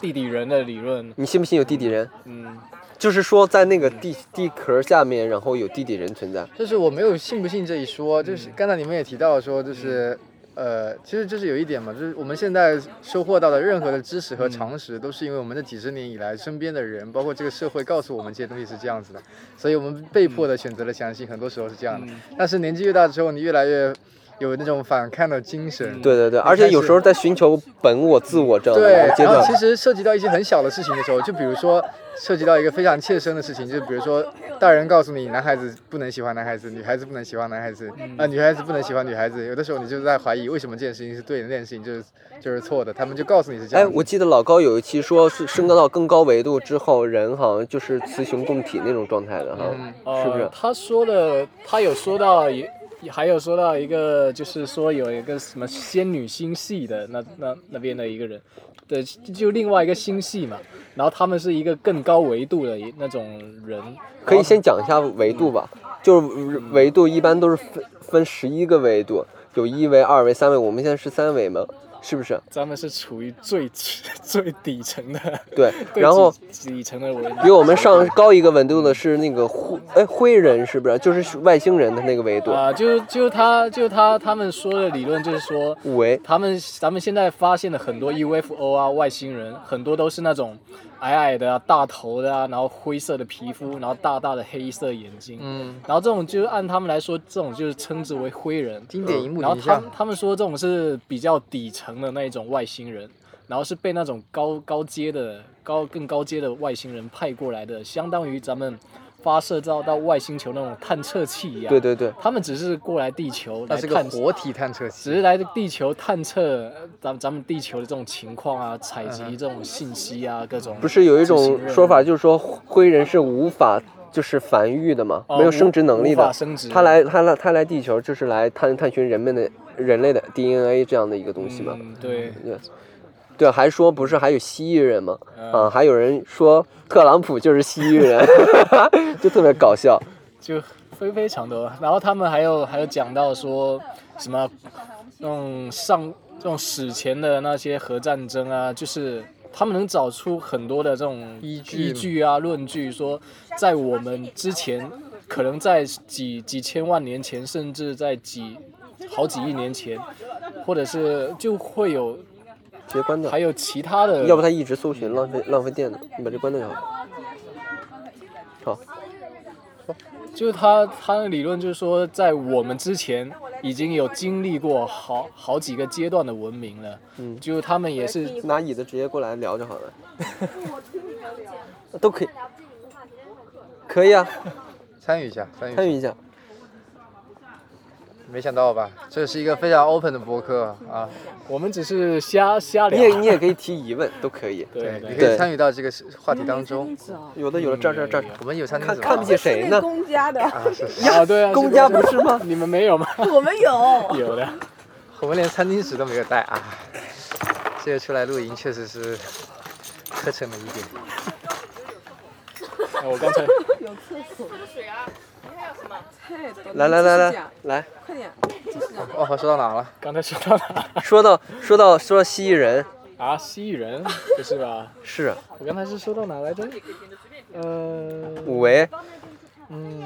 [SPEAKER 4] 地底人的理论，
[SPEAKER 3] 你信不信有地底人？
[SPEAKER 4] 嗯，
[SPEAKER 3] 就是说在那个地地壳下面，然后有地底人存在。
[SPEAKER 1] 就是我没有信不信这一说，就是刚才你们也提到说，就是、呃，其实就是有一点嘛，就是我们现在收获到的任何的知识和常识，都是因为我们这几十年以来身边的人，包括这个社会告诉我们这些东西是这样子的，所以我们被迫的选择了相信，很多时候是这样的。但是年纪越大之后，你越来越有那种反抗的精神。
[SPEAKER 3] 对对对，而且有时候在寻求本我、自我这样
[SPEAKER 1] 对
[SPEAKER 3] 的一个，阶
[SPEAKER 1] 然后其
[SPEAKER 3] 段。
[SPEAKER 1] 实涉及到一些很小的事情的时候，就比如说涉及到一个非常切身的事情，就比如说大人告诉你男孩子不能喜欢男孩子，女孩子不能喜欢男孩子，啊、女孩子不能喜欢女孩子，有的时候你就在怀疑为什么这件事情是对的，那件事情就是就是错的，他们就告诉你是这
[SPEAKER 3] 哎，
[SPEAKER 1] 样子。
[SPEAKER 3] 我记得老高有一期说是升高到更高维度之后，人好像就是雌雄共体那种状态的哈，
[SPEAKER 1] 嗯
[SPEAKER 4] 呃
[SPEAKER 3] 是不是？
[SPEAKER 4] 他说的，他有说到也。也还有说到一个，就是说有一个什么仙女星系的那那那边的一个人，对，就另外一个星系嘛，然后他们是一个更高维度的一那种人，
[SPEAKER 3] 可以先讲一下维度吧，就是维度一般都是分分十一个维度，有一维、二维、三维，我们现在是三维嘛，是不是？
[SPEAKER 4] 咱们是处于最 最底层的，
[SPEAKER 3] 对
[SPEAKER 4] 最
[SPEAKER 3] 然后
[SPEAKER 4] 底底层的维度，
[SPEAKER 3] 比我们上高一个维度的是那个灰，哎，灰人是不是？就是外星人的那个维度，
[SPEAKER 4] 啊、就就他就他他们说的理论就是说，
[SPEAKER 3] 五维。
[SPEAKER 4] 他们咱们现在发现的很多 UFO 啊，外星人很多都是那种矮矮的、啊、大头的啊，然后灰色的皮肤，然后大大的黑色眼睛，
[SPEAKER 1] 嗯，
[SPEAKER 4] 然后这种就是按他们来说，这种就是称之为灰人。
[SPEAKER 1] 经典一幕
[SPEAKER 4] 然后
[SPEAKER 1] 一
[SPEAKER 4] 他
[SPEAKER 1] 下
[SPEAKER 4] 们他们说这种是比较底层的那种外星人，然后是被那种高高阶的高更高阶的外星人派过来的，相当于咱们发射到到外星球那种探测器一样。
[SPEAKER 3] 对对对，
[SPEAKER 4] 他们只是过来地球
[SPEAKER 1] 那
[SPEAKER 4] 来
[SPEAKER 1] 是个
[SPEAKER 4] 探，
[SPEAKER 1] 活体探测
[SPEAKER 4] 只
[SPEAKER 1] 器，
[SPEAKER 4] 是来地球探测呃咱咱们地球的这种情况啊，采集这种信息啊，各种
[SPEAKER 3] 不是有一
[SPEAKER 4] 执行
[SPEAKER 3] 种
[SPEAKER 4] 任务
[SPEAKER 3] 说法，就是说灰人是无法就是繁育的嘛，
[SPEAKER 4] 哦
[SPEAKER 3] 没有生殖能力
[SPEAKER 4] 无无
[SPEAKER 3] 的
[SPEAKER 4] 法生殖。
[SPEAKER 3] 他来他来他来地球就是来探探寻人们的人类的 DNA 这样的一个东西嘛。
[SPEAKER 4] 嗯，对，
[SPEAKER 3] 对，对，啊还说不是还有蜥蜴人吗？啊，
[SPEAKER 4] 嗯
[SPEAKER 3] 还有人说特朗普就是蜥蜴人， 就特别搞笑。
[SPEAKER 4] 就非非常多。然后他们还有还有讲到说什么那种上这种史前的那些核战争啊，就是他们能找出很多的这种
[SPEAKER 1] 依据
[SPEAKER 4] 依据啊论据，说在我们之前，可能在几几千万年前，甚至在几好几亿年前，或者是就会有
[SPEAKER 3] 直接关掉
[SPEAKER 4] 还，有其他的，
[SPEAKER 3] 要不他一直搜寻浪费浪费电呢。你把这关掉就好。好，
[SPEAKER 4] 就是他他的理论就是说，在我们之前已经有经历过好好几个阶段的文明了，嗯，就是他们也是
[SPEAKER 3] 拿椅子直接过来聊就好 了。都可以，可以啊，
[SPEAKER 1] 参与一下，参与
[SPEAKER 3] 参
[SPEAKER 1] 一
[SPEAKER 3] 与
[SPEAKER 1] 下。
[SPEAKER 3] 一下。
[SPEAKER 1] 没想到吧？这是一个非常 open 的播客啊，
[SPEAKER 4] 我们只是瞎瞎
[SPEAKER 3] 你
[SPEAKER 4] 聊。
[SPEAKER 3] 也你也可以提疑问，都可以。
[SPEAKER 4] 对
[SPEAKER 1] 你
[SPEAKER 4] 对
[SPEAKER 1] 可
[SPEAKER 3] 对
[SPEAKER 1] 以参与到这个话题当中。
[SPEAKER 3] 有的有的这儿这儿这
[SPEAKER 4] 嗯
[SPEAKER 3] 儿，
[SPEAKER 1] 我们有餐厅
[SPEAKER 3] 看
[SPEAKER 1] 组
[SPEAKER 3] 看不见谁呢？
[SPEAKER 7] 公家的，
[SPEAKER 1] 啊，是是
[SPEAKER 4] 啊，对啊，
[SPEAKER 3] 公家不
[SPEAKER 4] 是
[SPEAKER 3] 是吗？
[SPEAKER 4] 你们没有吗？
[SPEAKER 7] 我们 有。
[SPEAKER 4] 有的，啊
[SPEAKER 1] 我们连餐巾纸都没有带啊。这个出来露营确实是磕碜了一点。
[SPEAKER 4] 哎我刚才
[SPEAKER 3] 来来来来，来，
[SPEAKER 7] 快点！
[SPEAKER 1] 哦，说到哪了？
[SPEAKER 4] 刚才说到哪了？
[SPEAKER 3] 说到说到说到蜥蜴人，
[SPEAKER 4] 啊，蜥蜴人不是吧？
[SPEAKER 3] 是啊
[SPEAKER 4] 我刚才是说到哪来着？呃，
[SPEAKER 3] 五维，
[SPEAKER 4] 嗯，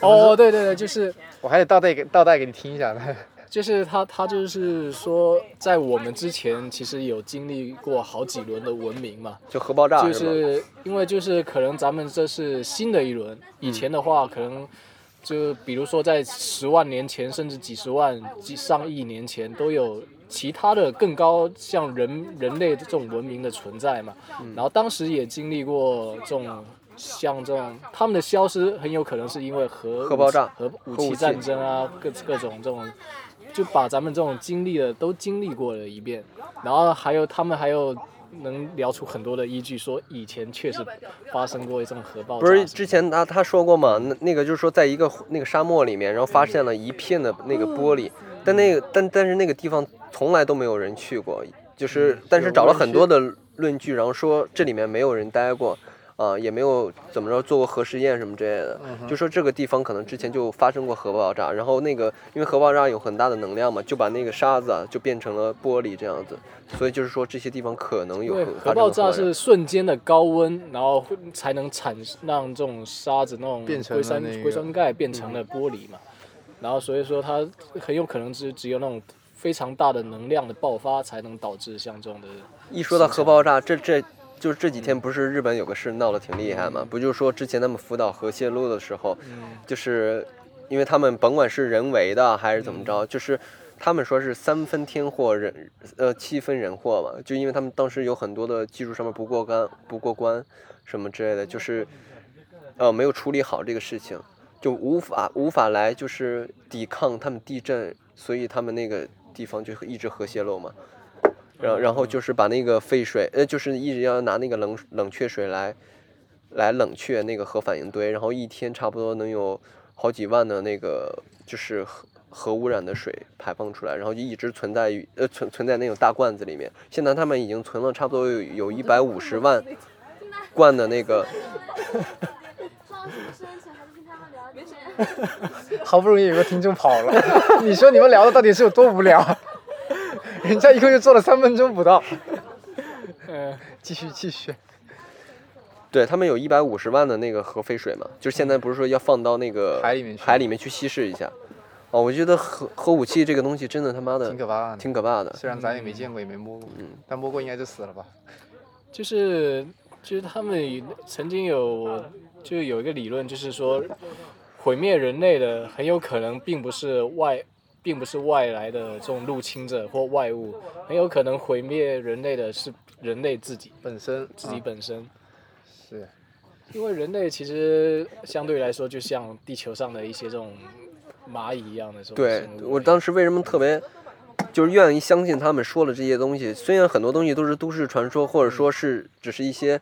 [SPEAKER 4] 哦，对对对，就是
[SPEAKER 1] 我还得倒带给倒带给你听一下呢。
[SPEAKER 4] 就是他，他就是说，在我们之前其实有经历过好几轮的文明嘛，
[SPEAKER 3] 就核爆炸
[SPEAKER 4] 就是
[SPEAKER 3] 吗？
[SPEAKER 4] 是因为就是可能咱们这是新的一轮，以前的话可能就比如说在十万年前，甚至几十万、几上亿年前都有其他的更高像人人类这种文明的存在嘛。
[SPEAKER 3] 嗯
[SPEAKER 4] 然后当时也经历过这种像这种他们的消失，很有可能是因为核
[SPEAKER 3] 核爆炸
[SPEAKER 4] 核武
[SPEAKER 3] 核武
[SPEAKER 4] 器
[SPEAKER 3] 器
[SPEAKER 4] 战争啊，各各种这种就把咱们这种经历的都经历过了一遍，然后还有他们还有能聊出很多的依据，说以前确实发生过这种核爆炸。
[SPEAKER 3] 不是之前他他说过嘛？那那个就是说，在一个那个沙漠里面，然后发现了一片的那个玻璃，但那个但但是那个地方从来都没有人去过，
[SPEAKER 4] 嗯
[SPEAKER 3] 就是但是找了很多的论据，然后说这里面没有人待过。啊，也没有怎么着做过核试验什么之类的，
[SPEAKER 4] 嗯
[SPEAKER 3] 就说这个地方可能之前就发生过核爆炸，然后那个因为核爆炸有很大的能量嘛，就把那个沙子啊就变成了玻璃这样子，所以就是说这些地方可能有
[SPEAKER 4] 因为
[SPEAKER 3] 核
[SPEAKER 4] 核
[SPEAKER 3] 发生
[SPEAKER 4] 爆
[SPEAKER 3] 过
[SPEAKER 4] 炸
[SPEAKER 3] 燃
[SPEAKER 4] 是瞬间的高温，然后会才能产让这种沙子那种
[SPEAKER 1] 变成
[SPEAKER 4] 硅
[SPEAKER 1] 了
[SPEAKER 4] 酸
[SPEAKER 1] 那个
[SPEAKER 4] 硅酸钙变成了玻璃嘛，然后所以说它很有可能只只有那种非常大的能量的爆发才能导致像这种的。
[SPEAKER 3] 一说到核爆炸，这这就是这几天不是日本有个事闹得挺厉害嘛？不就是说之前他们福岛核泄漏的时候，就是因为他们甭管是人为的还是怎么着，就是他们说是三分天祸人呃七分人祸嘛，就因为他们当时有很多的技术上面不过关不过关什么之类的，就是呃没有处理好这个事情，就无法无法来就是抵抗他们地震，所以他们那个地方就一直核泄漏嘛。然然后
[SPEAKER 1] 嗯
[SPEAKER 3] 就是把那个废水，呃，就是一直要拿那个冷冷却水来来冷却那个核反应堆，然后一天差不多能有好几万的那个就是核核污染的水排放出来，然后就一直存在于呃存存在那种大罐子里面。现在他们已经存了差不多有有一百五十万罐的那个，
[SPEAKER 2] 装什么深情，还是跟他们聊天。
[SPEAKER 1] 好不容易有个听众跑了， 你说你们聊的到底是有多无聊？ 人家一共就做了三分钟不到。
[SPEAKER 4] 呃，
[SPEAKER 1] 继续继续。
[SPEAKER 3] 对他们有一百五十万的那个核废水嘛，就是现在不是说要放到那个
[SPEAKER 1] 海里面去
[SPEAKER 3] 海里面去稀释一下。哦，我觉得核核武器这个东西真的他妈的
[SPEAKER 1] 挺可怕的
[SPEAKER 3] 挺可怕的。
[SPEAKER 1] 虽然咱也没见过，也没摸过，但摸过应该就死了吧？
[SPEAKER 4] 就是就是他们曾经有就有一个理论，就是说毁灭人类的很有可能并不是外。并不是外来的这种入侵者或外物，很有可能毁灭人类的是人类自己。
[SPEAKER 1] 本身
[SPEAKER 4] 自己
[SPEAKER 1] 啊
[SPEAKER 4] 本身，
[SPEAKER 1] 是
[SPEAKER 4] 因为人类其实相对来说就像地球上的一些这种蚂蚁一样的这种
[SPEAKER 3] 对
[SPEAKER 4] 生物
[SPEAKER 3] 我当时为什么特别就是愿意相信他们说了这些东西？虽然很多东西都是都市传说，或者说是只是一些。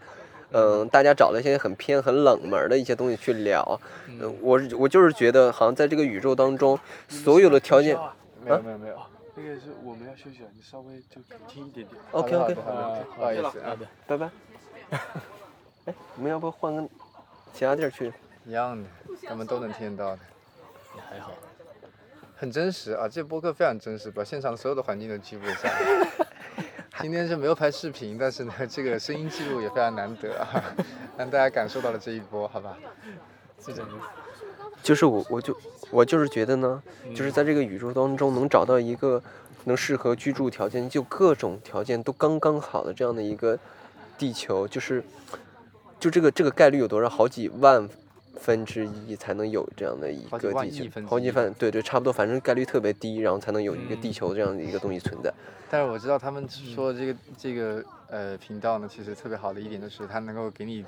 [SPEAKER 3] 嗯，大家找了一些很偏、很冷门的一些东西去聊，嗯，我我就是觉得，好像在这个宇宙当中，所有的条件
[SPEAKER 1] 没有没有没有。
[SPEAKER 8] 那个是我们要休息了，你稍微就听一点点。
[SPEAKER 3] ，OK
[SPEAKER 1] 啊好
[SPEAKER 3] OK，
[SPEAKER 1] 的好的好的不好意思啊，
[SPEAKER 3] 拜 拜。哎，我们要不换个其他地儿去？
[SPEAKER 1] 一样的，他们都能听得到的，
[SPEAKER 4] 也还好。
[SPEAKER 1] 很真实啊！这播客非常真实，把现场所有的环境都记录下来。 今天是没有拍视频，但是呢，这个声音记录也非常难 得啊，让大家感受到了这一波，好吧？
[SPEAKER 3] 就是我，我就我就是觉得呢，就是在这
[SPEAKER 1] 嗯
[SPEAKER 3] 个宇宙当中能找到一个能适合居住条件，就各种条件都刚刚好的这样的一个地球，就是就这个这个概率有多少？好几万分之一才能有这样的一
[SPEAKER 1] 好几
[SPEAKER 3] 个
[SPEAKER 1] 万
[SPEAKER 3] 地
[SPEAKER 1] 亿分
[SPEAKER 3] 球，
[SPEAKER 1] 之
[SPEAKER 3] 好几
[SPEAKER 1] 一
[SPEAKER 3] 万，对对，差不多，反正概率特别低，然后才能有一个
[SPEAKER 1] 嗯
[SPEAKER 3] 地球这样的一个东西存在。
[SPEAKER 1] 但是我知道他们说这个这个呃频道呢，其实特别好的一点就是它能够给你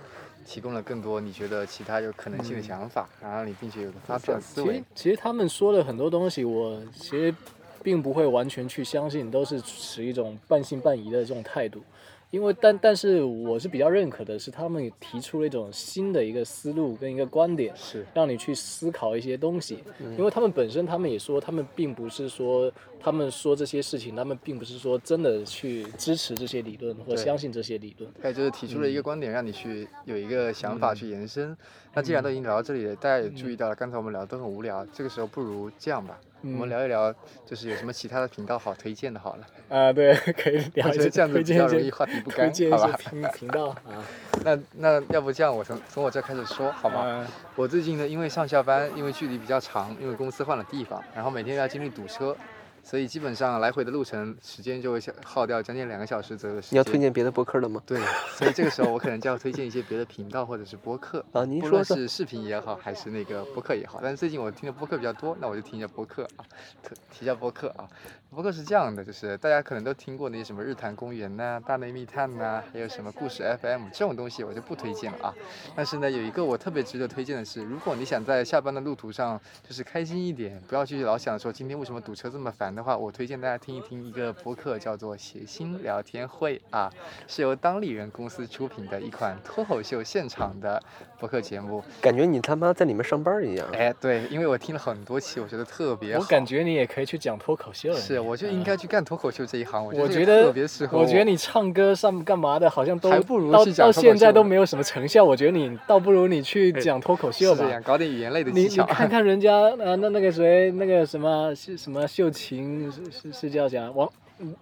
[SPEAKER 1] 提供了更多你觉得其他有可能
[SPEAKER 4] 嗯
[SPEAKER 1] 性的想法，然后让你并且有个发展思
[SPEAKER 4] 其实
[SPEAKER 1] 维。
[SPEAKER 4] 其实他们说的很多东西，我其实并不会完全去相信，都是持一种半信半疑的这种态度。因为但但是我是比较认可的，是他们提出了一种新的一个思路跟一个观点，
[SPEAKER 1] 是嗯
[SPEAKER 4] 让你去思考一些东西。因为他们本身他们也说，他们并不是说他们说这些事情，他们并不是说真的去支持这些理论或
[SPEAKER 1] 对
[SPEAKER 4] 相信这些理论。
[SPEAKER 1] 还有哎就是提出了一
[SPEAKER 4] 嗯
[SPEAKER 1] 个观点，让你去有一个想法去延伸。那既然都已经聊到这里了，大家也
[SPEAKER 4] 嗯
[SPEAKER 1] 注意到了，刚才我们聊的都很无聊，这个时候不如这样吧，我们
[SPEAKER 4] 嗯
[SPEAKER 1] 聊一聊，就是有什么其他的频道好推荐的，好了。
[SPEAKER 4] 啊，对，可以聊
[SPEAKER 1] 我觉
[SPEAKER 4] 一
[SPEAKER 1] 得
[SPEAKER 4] 些
[SPEAKER 1] 这样子
[SPEAKER 4] 推
[SPEAKER 1] 比
[SPEAKER 4] 荐
[SPEAKER 1] 较
[SPEAKER 4] 一
[SPEAKER 1] 容易
[SPEAKER 4] 些
[SPEAKER 1] 话题不
[SPEAKER 4] 推
[SPEAKER 1] 干，
[SPEAKER 4] 荐一
[SPEAKER 1] 好
[SPEAKER 4] 些
[SPEAKER 1] 吧？
[SPEAKER 4] 频 频道啊，
[SPEAKER 1] 那那要不这样，我从从我这开始说，好吗？
[SPEAKER 4] 啊
[SPEAKER 1] 我最近呢，因为上下班，因为距离比较长，因为公司换了地方，然后每天要经历堵车，所以基本上来回的路程时间就会消耗掉将近两个小时左右的时间。
[SPEAKER 3] 你要推？荐别的博客了吗？
[SPEAKER 1] 对，所以这个时候我可能就要推荐一些别的频道或者是播客，
[SPEAKER 3] 啊，您
[SPEAKER 1] 不
[SPEAKER 3] 说
[SPEAKER 1] 论
[SPEAKER 3] 说。
[SPEAKER 1] 是视频也好，还是那个播客也好。但是最近我听的播客比较多，那我就听一下播客啊，特提一下播客啊。播客是这样的，就是大家可能都听过那些什么日坛公园呐、大内密探呐、还有什么故事 FM 这种东西，我就不推荐了啊。但是呢，有一个我特别值得推荐的是，如果你想在下班的路途上就是开心一点，不要去老想说今天为什么堵车这么烦的话，我推荐大家听一听一个播客，叫做《谐星聊天会》啊，是由当理人公司出品的一款脱口秀现场的播客节目。
[SPEAKER 3] 感觉你他妈在里面上班一样。
[SPEAKER 1] 哎，对，因为我听了很多期，我觉得特别好。
[SPEAKER 4] 我感觉你也可以去讲脱口秀了。
[SPEAKER 1] 是，
[SPEAKER 4] 你嗯
[SPEAKER 1] 我就应该去干脱口秀这一行，我
[SPEAKER 4] 我
[SPEAKER 1] 觉
[SPEAKER 4] 觉
[SPEAKER 1] 这个
[SPEAKER 4] 得
[SPEAKER 1] 特别适合
[SPEAKER 4] 我觉得你唱歌上干嘛的，好像都
[SPEAKER 1] 还不如
[SPEAKER 4] 到
[SPEAKER 1] 去讲
[SPEAKER 4] 到
[SPEAKER 1] 脱口
[SPEAKER 4] 现在
[SPEAKER 1] 秀哎
[SPEAKER 4] 都没有什么成效。我觉得你倒不如你去讲脱口秀
[SPEAKER 1] 是
[SPEAKER 4] 吧
[SPEAKER 1] 这。样，搞点语言类的技
[SPEAKER 4] 你你
[SPEAKER 1] 巧。
[SPEAKER 4] 看看人家呃，那那个谁，那个什么是什么秀琴是是是叫啥？王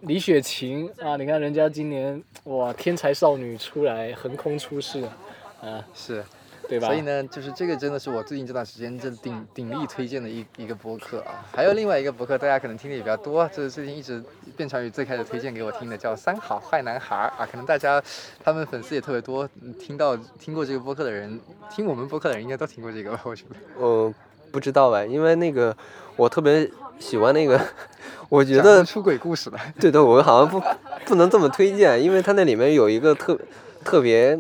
[SPEAKER 4] 李雪琴啊，你看人家今年哇，天才少女出来横空出世啊，
[SPEAKER 1] 是，
[SPEAKER 4] 对吧？
[SPEAKER 1] 所以呢，就是这个真的是我最近这段时间这鼎鼎力推荐的一一个播客啊。还有另外一个播客，大家可能听的也比较多，就是最近一直变成宇最开始推荐给我听的，叫《三好坏男孩》啊。可能大家他们粉丝也特别多，嗯听到听过这个播客的人，听我们播客的人应该都听过这个吧？我觉得
[SPEAKER 3] 呃，不知道哎，因为那个我特别喜欢那个， 我觉
[SPEAKER 1] 讲
[SPEAKER 3] 得
[SPEAKER 1] 出出轨故事了。
[SPEAKER 3] 对对，我好像不不能这么推荐，因为它那里面有一个特特别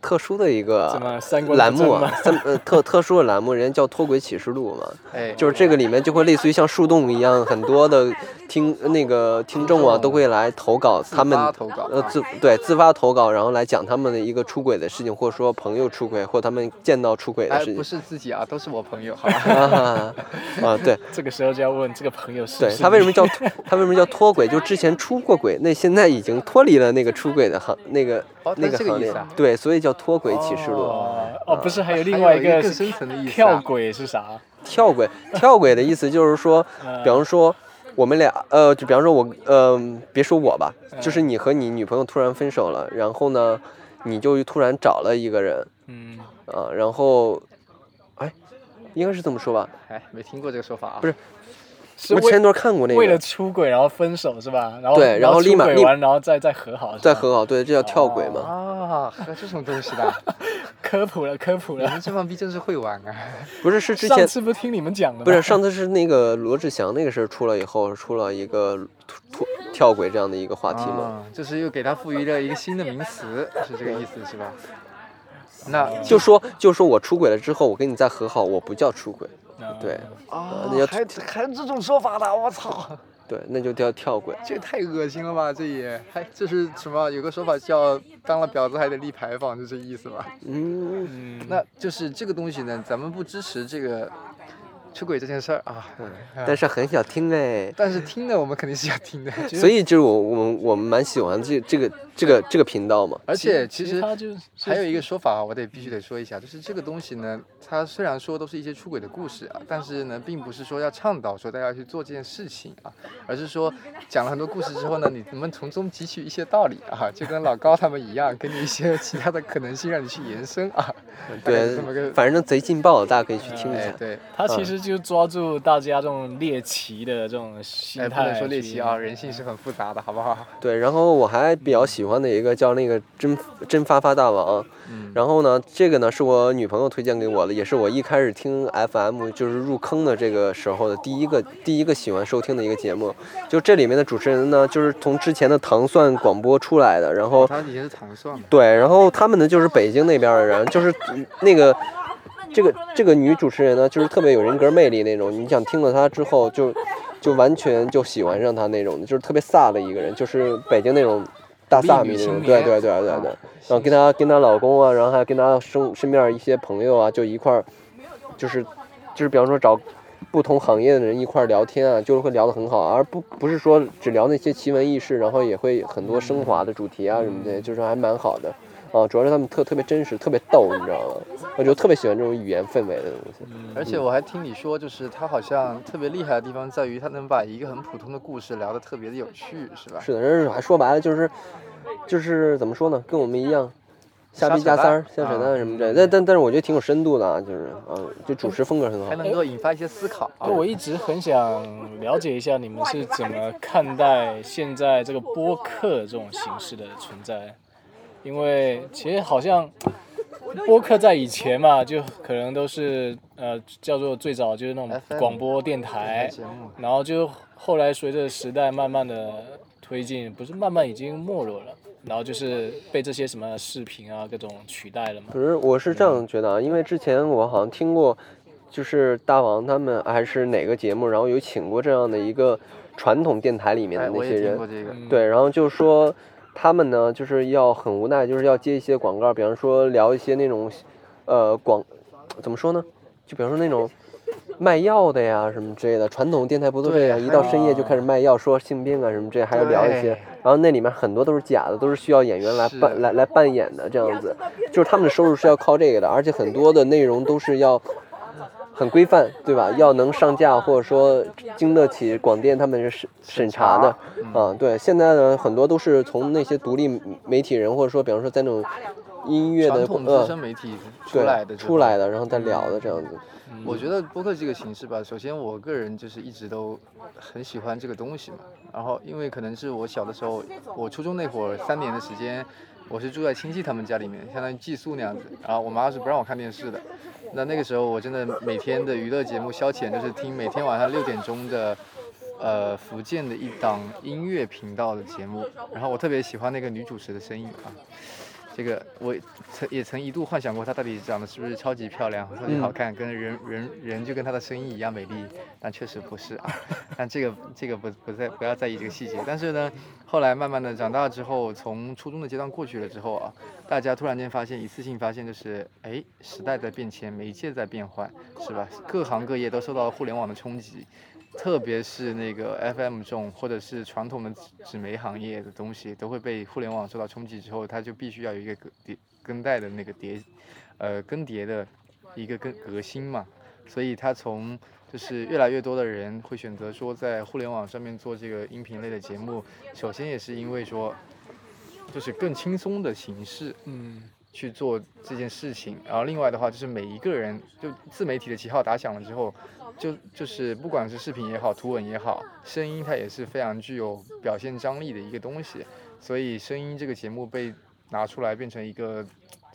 [SPEAKER 3] 特殊的一
[SPEAKER 4] 什
[SPEAKER 3] 个
[SPEAKER 4] 么三观
[SPEAKER 3] 栏
[SPEAKER 4] 不正
[SPEAKER 3] 目啊
[SPEAKER 4] 吗，
[SPEAKER 3] 三呃特特殊的栏目，人家叫《脱轨启示录》嘛，
[SPEAKER 1] 哎，
[SPEAKER 3] 就是这个里面就会类似于像树洞一样，很多的听呃那个听众啊都会来投稿
[SPEAKER 1] 自
[SPEAKER 3] 他们
[SPEAKER 1] 发投稿
[SPEAKER 3] 呃
[SPEAKER 1] 啊
[SPEAKER 3] 自对自发投稿，然后来讲他们的一个出轨的事情，或者说朋友出轨，或他们见到出轨的
[SPEAKER 1] 哎，
[SPEAKER 3] 事
[SPEAKER 1] 不
[SPEAKER 3] 情。
[SPEAKER 1] 是自己啊，都是我朋友，好吧？
[SPEAKER 3] 啊啊，对，
[SPEAKER 4] 这个时候就要问这个朋友是不
[SPEAKER 3] 对
[SPEAKER 4] 是
[SPEAKER 3] 他为什
[SPEAKER 4] 么
[SPEAKER 3] 么叫他为什么叫脱轨？就之前出过轨，那现在已经脱离了那个出轨的行那个
[SPEAKER 1] 哦
[SPEAKER 3] 那
[SPEAKER 1] 那这个
[SPEAKER 3] 行
[SPEAKER 1] 意
[SPEAKER 3] 列
[SPEAKER 1] 思啊，
[SPEAKER 3] 对，所以叫脱轨启示录。
[SPEAKER 4] 哦，不是还有
[SPEAKER 1] 还
[SPEAKER 4] 另外
[SPEAKER 1] 有一个
[SPEAKER 4] 是
[SPEAKER 1] 更深层的意思啊
[SPEAKER 4] 跳轨是啥？呃
[SPEAKER 3] 跳轨，跳轨的意思就是说，
[SPEAKER 4] 嗯
[SPEAKER 3] 比方说我们俩，呃，就比方说我，呃，别说我吧，就是你和你女朋友突然分手了，然后呢，你就突然找了一个人
[SPEAKER 4] 嗯，
[SPEAKER 3] 啊，然后，哎，应该是这么说吧？
[SPEAKER 1] 哎，没听过这个说法啊。
[SPEAKER 3] 不是
[SPEAKER 4] 是
[SPEAKER 3] 我
[SPEAKER 4] 为
[SPEAKER 3] 前一段看过那
[SPEAKER 4] 为了
[SPEAKER 3] 个，
[SPEAKER 4] 出轨然后分手是吧？然后
[SPEAKER 3] 对然
[SPEAKER 4] 然
[SPEAKER 3] 后立马
[SPEAKER 4] 出
[SPEAKER 3] 立
[SPEAKER 4] 轨完然后再再和好，
[SPEAKER 3] 再和好，对，这叫跳轨嘛。
[SPEAKER 1] 啊，还有这种东西的，
[SPEAKER 4] 科普了科普
[SPEAKER 1] 你们
[SPEAKER 4] 了。
[SPEAKER 1] 这帮逼真是会玩啊！
[SPEAKER 3] 不是，是 之
[SPEAKER 4] 上
[SPEAKER 3] 前
[SPEAKER 4] 次不听你们讲的吗？
[SPEAKER 3] 不是上次是那个罗志祥那个事儿出了以后，出了一个突突跳轨这样的一个话题嘛。
[SPEAKER 1] 啊，就是又给它赋予了一个新的名词，是这个意思是吧？那
[SPEAKER 3] 就说就说我出轨了之后，我跟你再和好，我不叫出轨，
[SPEAKER 4] 啊
[SPEAKER 3] 对
[SPEAKER 1] 啊
[SPEAKER 3] 那要
[SPEAKER 1] 还还有这种说法的，我操！
[SPEAKER 3] 对，那就叫跳轨。
[SPEAKER 1] 这也太恶心了吧！这也还这是什么？有个说法叫当了婊子还得立牌坊，是这意思吧？
[SPEAKER 3] 嗯，
[SPEAKER 4] 嗯，
[SPEAKER 1] 那就是这个东西呢，咱们不支持这个出轨这件事儿啊。
[SPEAKER 3] 但是很想听哎，
[SPEAKER 1] 但是听的我们肯定是要听的，
[SPEAKER 3] 所以就是我我们我们蛮喜欢这这个这个这个频道嘛。
[SPEAKER 1] 而且其实
[SPEAKER 4] 他就是
[SPEAKER 1] 还有一个说法啊，我得必须得说一下，就是这个东西呢，它虽然说都是一些出轨的故事啊，但是呢，并不是说要倡导说大家去做这件事情啊，而是说讲了很多故事之后呢，你们从中汲取一些道理啊，就跟老高他们一样，给你一些其他的可能性让你去延伸啊，大概是
[SPEAKER 3] 对
[SPEAKER 1] 这么个，，
[SPEAKER 3] 反正贼劲爆，大家可以去听一
[SPEAKER 1] 哎
[SPEAKER 3] 下。
[SPEAKER 1] 对，
[SPEAKER 4] 他其实就抓住大家这种猎奇的这种心
[SPEAKER 1] 哎不
[SPEAKER 4] 态，
[SPEAKER 1] 啊能说猎奇啊，，人性是很复杂的，好不好？
[SPEAKER 3] 对，然后我还比较喜欢的一个叫那个真真发发大王，
[SPEAKER 1] 嗯
[SPEAKER 3] 然后呢，这个呢是我女朋友推荐给我的，也是我一开始听 FM 就是入坑的这个时候的第一个第一个喜欢收听的一个节目。就这里面的主持人呢，就是从之前的糖蒜广播出来的，然后
[SPEAKER 1] 他以前是糖蒜的，
[SPEAKER 3] 对，然后他们呢就是北京那边的人，就是嗯那个这个这个女主持人呢，就是特别有人格魅力那种，你想听了她之后就就完全就喜欢上她那种，就是特别飒的一个人，就是北京那种大飒
[SPEAKER 1] 立女
[SPEAKER 3] 女那种，
[SPEAKER 1] 青
[SPEAKER 3] 对
[SPEAKER 1] 年
[SPEAKER 3] 对对对
[SPEAKER 1] 啊
[SPEAKER 3] 对。然后跟她跟她老公啊，然后还有跟她身身边一些朋友啊，就一块儿，就是就是比方说找不同行业的人一块儿聊天啊，就会聊得很好，而不不是说只聊那些奇闻异事，然后也会很多升华的主题
[SPEAKER 1] 嗯
[SPEAKER 3] 啊什么的，就是还蛮好的。啊，主要是他们特特别真实，特别逗，你知道吗？我就特别喜欢这种语言氛围的东西。
[SPEAKER 1] 而且我还听你说，就是他好像特别厉害的地方在于他能把一个很普通的故事聊得特别的有趣，是吧？
[SPEAKER 3] 是的，人还说白了就是，就是怎么说呢，跟我们一样，
[SPEAKER 1] 瞎
[SPEAKER 3] 瞎逼
[SPEAKER 1] 扯
[SPEAKER 3] 加
[SPEAKER 1] 淡
[SPEAKER 3] 三儿、瞎
[SPEAKER 1] 啊
[SPEAKER 3] 扯淡什么之类的。但但但是我觉得挺有深度的啊，就是啊，就主持风格很好
[SPEAKER 1] 还。能够引发一些思考。啊
[SPEAKER 4] 那啊我一直很想了解一下你们是怎么看待现在这个播客这种形式的存在，因为其实好像播客在以前嘛，就可能都是呃叫做最早就是那种
[SPEAKER 1] FM
[SPEAKER 4] 广播电台，
[SPEAKER 1] 节
[SPEAKER 3] 嗯
[SPEAKER 1] 目
[SPEAKER 4] 然后就后来随着时代慢慢的推进，不是慢慢已经没落了，然后就是被这些什么视频啊各种取代了嘛
[SPEAKER 3] 可。是我是这
[SPEAKER 1] 嗯
[SPEAKER 3] 样觉得啊，因为之前我好像听过，就是大王他们还是哪个节目，然后有请过这样的一个传统电台里面的
[SPEAKER 1] 哎，
[SPEAKER 3] 那
[SPEAKER 1] 我
[SPEAKER 3] 些
[SPEAKER 1] 也听
[SPEAKER 3] 人
[SPEAKER 1] 过，这个，
[SPEAKER 4] 嗯
[SPEAKER 3] 对，然后就说他们呢，就是要很无奈，就是要接一些广告，比方说聊一些那种，呃，广怎么说呢？就比方说那种卖药的呀什么之类的，传统电台不都这样？
[SPEAKER 1] 对
[SPEAKER 3] 一到深夜就开始卖药，说性病啊什么之类，还要聊一些。
[SPEAKER 1] 对
[SPEAKER 3] 然后那里面很多都是假的，都是需要演员来
[SPEAKER 1] 是
[SPEAKER 3] 扮来来扮演的这样子，就是他们的收入是要靠这个的，而且很多的内容都是要很规范，对吧？要能上架，或者说经得起广电他们是审审查的。
[SPEAKER 1] 嗯
[SPEAKER 3] 啊，对，现在呢，很多都是从那些独立媒体人，或者说，比方说在那种音乐
[SPEAKER 1] 传
[SPEAKER 3] 的
[SPEAKER 1] 统资
[SPEAKER 3] 呃
[SPEAKER 1] 深媒体出
[SPEAKER 3] 对
[SPEAKER 1] 来的，
[SPEAKER 3] 出来。的，然后再聊的这样子。
[SPEAKER 1] 我觉得播客这个形式吧，首先我个人就是一直都很喜欢这个东西嘛。然后因为可能是我小的时候，我初中那会儿三年的时间，我是住在亲戚他们家里面，相当于寄宿那样子。然后我妈是不让我看电视的。那那个时候我真的每天的娱乐节目消遣就是听每天晚上六点钟的。呃，福建的一档音乐频道的节目，然后我特别喜欢那个女主持的声音啊，这个我曾也曾一度幻想过她到底长得是不是超级漂亮、特别好看，跟人人人就跟她的声音一样美丽，但确实不是 啊。但这个这个不不在不要在意这个细节。但是呢，后来慢慢的长大之后，从初中的阶段过去了之后啊，大家突然间发现，一次性发现就是，哎，时代在变迁，媒介在变换，是吧？各行各业都受到了互联网的冲击。特别是那个 FM 这种或者是传统的纸纸媒行业的东西，都会被互联网受到冲击之后，它就必须要有一个更迭更代的那个迭，呃更迭的一个更革新嘛。所以它从就是越来越多的人会选择说在互联网上面做这个音频类的节目，首先也是因为说，就是更轻松的形式，
[SPEAKER 4] 嗯，
[SPEAKER 1] 去做这件事情。然后另外的话，就是每一个人就自媒体的旗号打响了之后，就就是不管是视频也好，图文也好，声音它也是非常具有表现张力的一个东西。所以声音这个节目被拿出来变成一个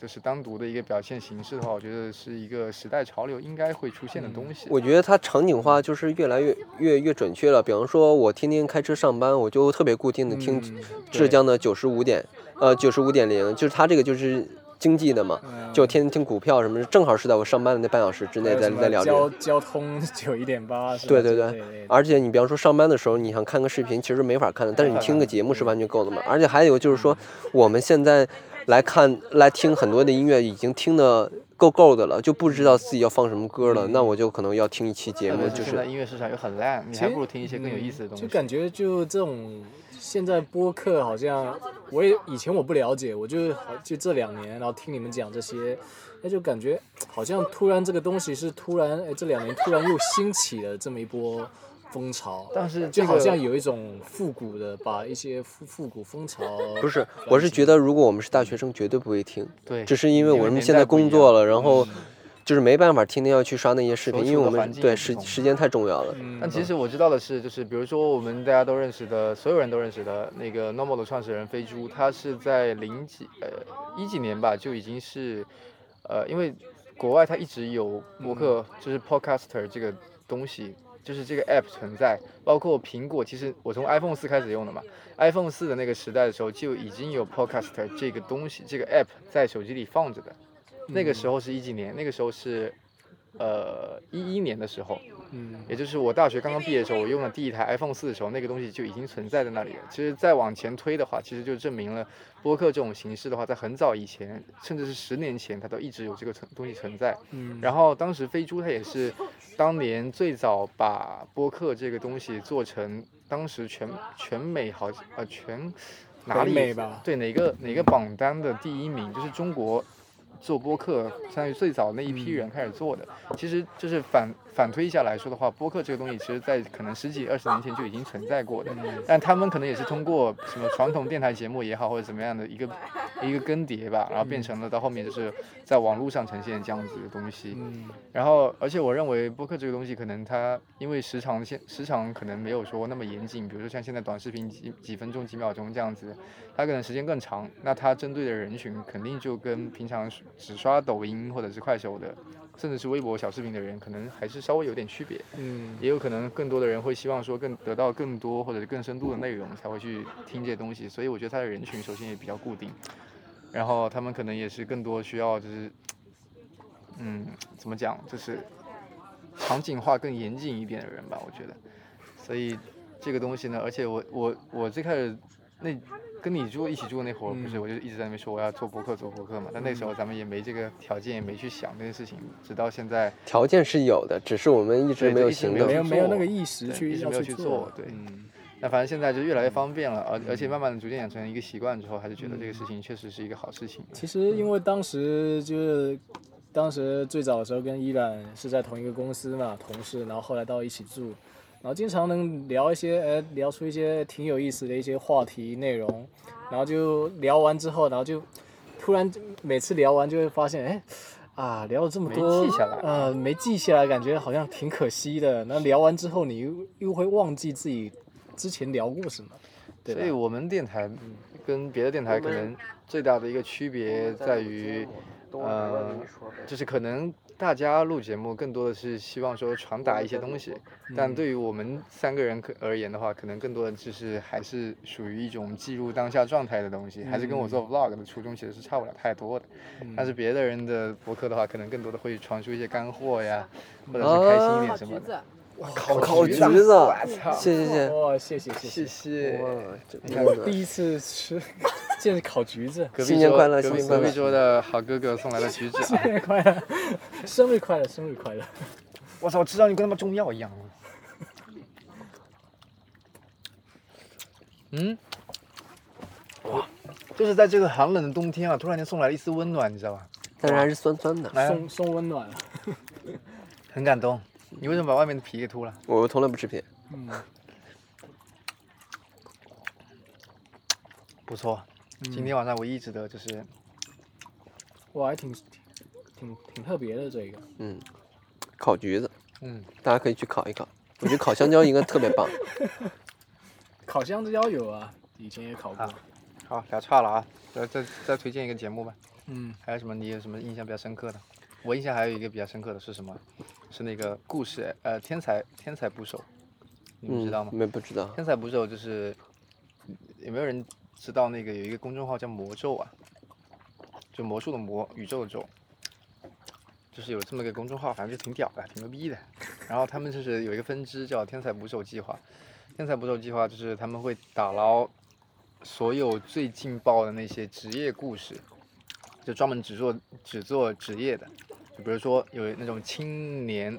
[SPEAKER 1] 就是单独的一个表现形式的话，我觉得是一个时代潮流应该会出现的东西。
[SPEAKER 3] 嗯我觉得它场景化就是越来越越越准确了。比方说，我天天开车上班，我就特别固定的听
[SPEAKER 4] 嗯
[SPEAKER 3] 浙江的九十五点，呃，九十五点零，就是它这个就是经济的嘛，
[SPEAKER 1] 嗯
[SPEAKER 3] 就天天听股票什么的，正好是在我上班的那半小时之内在在聊这个
[SPEAKER 4] 交。交通九一点八，
[SPEAKER 3] 对对对，而且你比方说上班的时候，你想看个视频，其实没法看的，但是你听个节目是完全够的嘛。而且还有就是说，
[SPEAKER 1] 嗯
[SPEAKER 3] 我们现在来看来听很多的音乐，已经听的够够的了，就不知道自己要放什么歌
[SPEAKER 1] 嗯
[SPEAKER 3] 了。那我就可能要听一期节
[SPEAKER 1] 特
[SPEAKER 3] 目，
[SPEAKER 1] 别是
[SPEAKER 3] 就
[SPEAKER 1] 现在
[SPEAKER 3] 是嗯
[SPEAKER 1] 音乐市场又很烂，你还不如听一些更有意思的东西。
[SPEAKER 4] 嗯就感觉就这种现在播客好像，我也以前我不了解，我就好就这两年，然后听你们讲这些，那就感觉好像突然这个东西是突然哎这两年突然又兴起了这么一波风潮，
[SPEAKER 1] 但是这
[SPEAKER 4] 就
[SPEAKER 1] 个
[SPEAKER 4] 好像有一种复古的把一些复复古 风潮
[SPEAKER 3] 不是？我是觉得如果我们是大学生，绝对不会听，
[SPEAKER 1] 对，
[SPEAKER 3] 只是因为我
[SPEAKER 1] 因为
[SPEAKER 3] 们
[SPEAKER 1] 年
[SPEAKER 3] 现在
[SPEAKER 1] 代不一
[SPEAKER 3] 工作
[SPEAKER 1] 样嗯
[SPEAKER 3] 了，然后就是没办法天天要去刷那些视频，
[SPEAKER 1] 所
[SPEAKER 3] 因为我
[SPEAKER 1] 处的
[SPEAKER 3] 们
[SPEAKER 1] 环境
[SPEAKER 3] 对
[SPEAKER 1] 也不
[SPEAKER 3] 时
[SPEAKER 1] 同嗯
[SPEAKER 3] 时间太重要了。
[SPEAKER 4] 嗯
[SPEAKER 1] 但其实我知道的是，就是比如说我们大家都认识的，所有人都认识的那个 Normal 的创始人飞猪，他是在零几呃一几年吧就已经是，呃，因为国外他一直有博客，就是 Podcaster 这个东西。就是这个 app 存在，包括苹果，其实我从 iPhone 四开始用的嘛，iPhone 四的那个时代的时候就已经有 Podcaster 这个东西，这个 app 在手机里放着的。那个时候是一几年？那个时候是，呃，一一年的时候。
[SPEAKER 4] 嗯
[SPEAKER 1] 也就是我大学刚刚毕业的时候，我用了第一台 iPhone 四的时候，那个东西就已经存在在那里了。其实再往前推的话，其实就证明了播客这种形式的话，在很早以前，甚至是十年前，它都一直有这个存东西存在。
[SPEAKER 4] 嗯，
[SPEAKER 1] 然后当时飞猪它也是当年最早把播客这个东西做成当时全全美好呃全哪
[SPEAKER 4] 北
[SPEAKER 1] 里
[SPEAKER 4] 美吧
[SPEAKER 1] 对哪个哪个榜单的第一名，就是中国做播客相当于最早那一
[SPEAKER 4] 嗯
[SPEAKER 1] 批人开始做的。其实就是反反推下来说的话，播客这个东西其实在可能十几二十年前就已经存在过的，但他们可能也是通过什么传统电台节目也好，或者怎么样的一个一个更迭吧，然后变成了到后面就是在网络上呈现这样子的东西。
[SPEAKER 4] 嗯
[SPEAKER 1] 然后，而且我认为播客这个东西，可能它因为时长现时长可能没有说那么严谨，比如说像现在短视频几几分钟、几秒钟这样子，它可能时间更长，那它针对的人群肯定就跟平常只刷抖音或者是快手的，甚至是微博小视频的人，可能还是稍微有点区别。
[SPEAKER 4] 嗯
[SPEAKER 1] 也有可能更多的人会希望说更得到更多或者是更深度的内容才会去听这些东西，所以我觉得它的人群首先也比较固定，然后他们可能也是更多需要就是，嗯，怎么讲，就是场景化更严谨一点的人吧，我觉得，所以这个东西呢，而且我我我最开始那。跟你住一起住那会儿，不是我就一直在那边说我要做博客做博客嘛，但那时候咱们也没这个条件，也没去想这件事情，直到现在
[SPEAKER 3] 条件是有的，只是我们一直
[SPEAKER 1] 对
[SPEAKER 3] 没
[SPEAKER 1] 就
[SPEAKER 3] 有
[SPEAKER 1] 一直
[SPEAKER 3] 行
[SPEAKER 1] 没
[SPEAKER 3] 动
[SPEAKER 1] 有
[SPEAKER 4] 没。有没有
[SPEAKER 1] 做
[SPEAKER 4] 那个意识
[SPEAKER 1] 对
[SPEAKER 4] 去
[SPEAKER 1] 一直
[SPEAKER 4] 要
[SPEAKER 1] 没有
[SPEAKER 4] 去
[SPEAKER 1] 去
[SPEAKER 4] 做
[SPEAKER 1] 做，对
[SPEAKER 4] 嗯
[SPEAKER 1] 那反正现在就越来越方便了，而而且慢慢的逐渐养成一个习惯之后，还是觉得这个事情确实是一个好事情。
[SPEAKER 4] 其实
[SPEAKER 1] 嗯
[SPEAKER 4] 因为当时就是当时最早的时候跟依然是在同一个公司嘛，同事，然后后来到一起住，然后经常能聊一些，哎，聊出一些挺有意思的一些话题内容，然后就聊完之后，然后就突然每次聊完就会发现，哎。啊，聊了这么
[SPEAKER 1] 没
[SPEAKER 4] 多，
[SPEAKER 1] 记下来
[SPEAKER 4] 呃，没记下来，感觉好像挺可惜的。那聊完之后，你又又会忘记自己之前聊过什么，对吧
[SPEAKER 1] 所以我们电台跟别的电台可能最大的一个区别在于，呃，就是可能大家录节目更多的是希望说传达一些东西，但对于我们三个人可而言的话，可能更多的就是还是属于一种记录当下状态的东西，还是跟我做 vlog 的初衷其实是差不了太多的。但是别的人的博客的话，可能更多的会传输一些干货呀，或者是开心一点什么的。烤
[SPEAKER 3] 烤
[SPEAKER 1] 橘
[SPEAKER 3] 橘
[SPEAKER 1] 子，
[SPEAKER 3] 子
[SPEAKER 1] 我操，
[SPEAKER 3] 谢谢谢
[SPEAKER 4] 哇、谢谢谢
[SPEAKER 1] 呃谢
[SPEAKER 4] 谢，
[SPEAKER 1] 谢。
[SPEAKER 3] 哇，这
[SPEAKER 1] 你看
[SPEAKER 3] 真的
[SPEAKER 4] 第一次吃 见烤橘子，
[SPEAKER 1] 隔壁
[SPEAKER 3] 新年
[SPEAKER 1] 桌
[SPEAKER 3] 快乐
[SPEAKER 1] 隔壁
[SPEAKER 3] 新年快乐
[SPEAKER 1] 隔壁桌的好哥哥送来了橘子，
[SPEAKER 4] 生日快乐，生日快乐，生日快乐！
[SPEAKER 1] 我操，吃到你跟他妈中药一样了。嗯，哇，就是在这个寒冷的冬天啊，突然间送来了一丝温暖，你知道吧？
[SPEAKER 3] 但是还是酸酸的。
[SPEAKER 1] 来啊，
[SPEAKER 4] 送送温暖了，
[SPEAKER 1] 很感动。你为什么把外面的皮给秃了？
[SPEAKER 3] 我从来不吃皮，
[SPEAKER 4] 嗯，
[SPEAKER 1] 不错，今天晚上唯一值得就是
[SPEAKER 4] 哇，还挺挺挺挺特别的这个，
[SPEAKER 3] 嗯，烤橘子，
[SPEAKER 1] 嗯，
[SPEAKER 3] 大家可以去烤一烤。我觉得烤香蕉应该特别棒。
[SPEAKER 4] 烤香蕉有啊，以前也烤过，
[SPEAKER 1] 好聊岔了啊，再再再推荐一个节目吧。
[SPEAKER 4] 嗯，
[SPEAKER 1] 还有什么？你有什么印象比较深刻的？我印象还有一个比较深刻的是什么？是那个故事，呃，天才天才捕手， 你们
[SPEAKER 3] 嗯，
[SPEAKER 1] 知道吗？
[SPEAKER 3] 没不知道。
[SPEAKER 1] 天才捕手就是有没有人知道那个有一个公众号叫魔咒啊？就魔术的魔，宇宙的宙，就是有这么个公众号，反正就挺屌的，挺牛逼的。然后他们就是有一个分支叫天才捕手计划，天才捕手计划就是他们会打捞所有最劲爆的那些职业故事，就专门只做只做职业的，就比如说有那种青年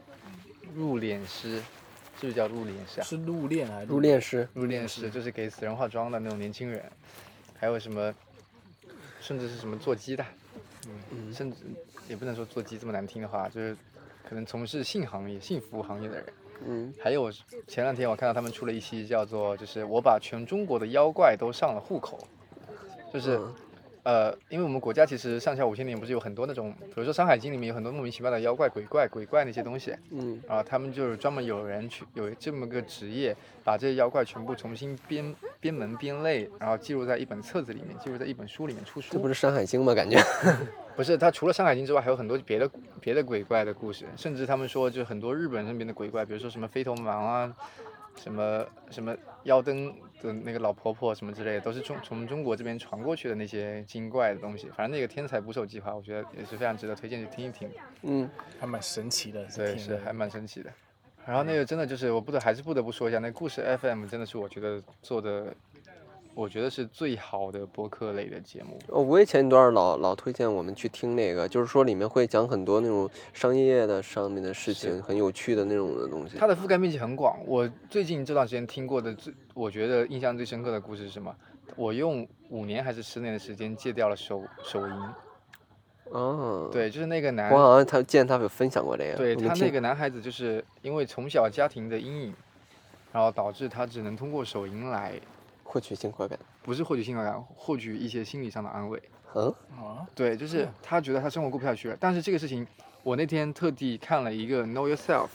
[SPEAKER 1] 入殓师，是不是叫入殓师啊？
[SPEAKER 4] 是入殓还是
[SPEAKER 3] 入殓师，
[SPEAKER 1] 入殓师，就是给死人化妆的那种年轻人，还有什么，甚至是什么做鸡的，嗯，甚至也不能说做鸡这么难听的话，就是可能从事性行业、性服务行业的人。
[SPEAKER 3] 嗯，
[SPEAKER 1] 还有前两天我看到他们出了一期叫做就是我把全中国的妖怪都上了户口，就是
[SPEAKER 3] 嗯
[SPEAKER 1] 呃，因为我们国家其实上下五千年不是有很多那种，比如说《山海经》里面有很多莫名其妙的妖怪、鬼怪、鬼怪那些东西，
[SPEAKER 3] 嗯，
[SPEAKER 1] 啊，他们就是专门有人去有这么个职业，把这些妖怪全部重新编编门编类，然后记录在一本册子里面，记录在一本书里面出
[SPEAKER 3] 这
[SPEAKER 1] 书
[SPEAKER 3] 不。是《山海经》吗？感觉
[SPEAKER 1] 不是，它除了《山海经》之外，还有很多别的别的鬼怪的故事，甚至他们说，就是很多日本那边的鬼怪，比如说什么飞头蛮啊，什么什么腰灯的那个老婆婆什么之类的，都是中从中国这边传过去的那些精怪的东西。反正那个《天才捕手计划》，我觉得也是非常值得推荐去听一听。
[SPEAKER 3] 嗯，
[SPEAKER 4] 还蛮神奇的，这
[SPEAKER 1] 对，
[SPEAKER 4] 听
[SPEAKER 1] 是
[SPEAKER 4] 着
[SPEAKER 1] 还蛮神奇的。然后那个真的就是，我不得还是不得不说一下，那故事 FM 真的是我觉得做的，我觉得是最好的播客类的节目。
[SPEAKER 3] 哦，我也前一段老老推荐我们去听那个，就是说里面会讲很多那种商业的上面的事情，
[SPEAKER 1] 是
[SPEAKER 3] 很有趣的那种的东西。
[SPEAKER 1] 它的覆盖面积很广。我最近这段时间听过的最，我觉得印象最深刻的故事是什么？我用五年还是十年的时间戒掉了手手淫。
[SPEAKER 3] 哦，，
[SPEAKER 1] 对，就是那个男
[SPEAKER 3] 我，好像他见他有分享过这个，
[SPEAKER 1] 对
[SPEAKER 3] 我没
[SPEAKER 1] 他
[SPEAKER 3] 听
[SPEAKER 1] 那个男孩子就是因为从小家庭的阴影，然后导致他只能通过手淫来，
[SPEAKER 3] 获取新快感。
[SPEAKER 1] 不是获取幸福感，获取一些心理上的安慰。
[SPEAKER 3] 嗯，
[SPEAKER 4] 啊，
[SPEAKER 1] 对，就是他觉得他生活过不下去了。但是这个事情，我那天特地看了一个 Know Yourself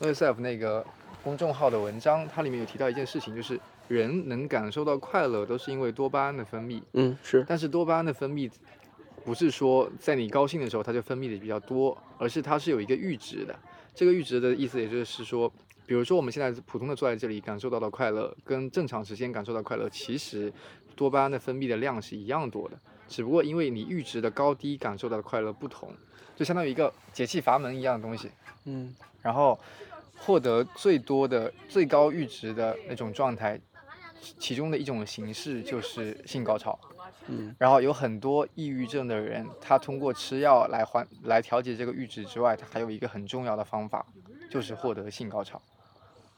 [SPEAKER 1] Know Yourself 那个公众号的文章，它里面有提到一件事情，就是人能感受到快乐都是因为多巴胺的分泌，
[SPEAKER 3] 嗯，是，
[SPEAKER 1] 但是多巴胺的分泌不是说在你高兴的时候它就分泌的比较多，而是它是有一个阈值的。这个阈值的意思也就是说，比如说我们现在普通的坐在这里感受到的快乐，跟正常时间感受到快乐，其实多巴胺的分泌的量是一样多的，只不过因为你阈值的高低感受到的快乐不同，就相当于一个节气阀门一样的东西。
[SPEAKER 3] 嗯，
[SPEAKER 1] 然后获得最多的最高阈值的那种状态，其其中的一种形式就是性高潮。
[SPEAKER 3] 嗯，
[SPEAKER 1] 然后有很多抑郁症的人，他通过吃药来缓来调节这个阈值之外，他还有一个很重要的方法，就是获得性高潮。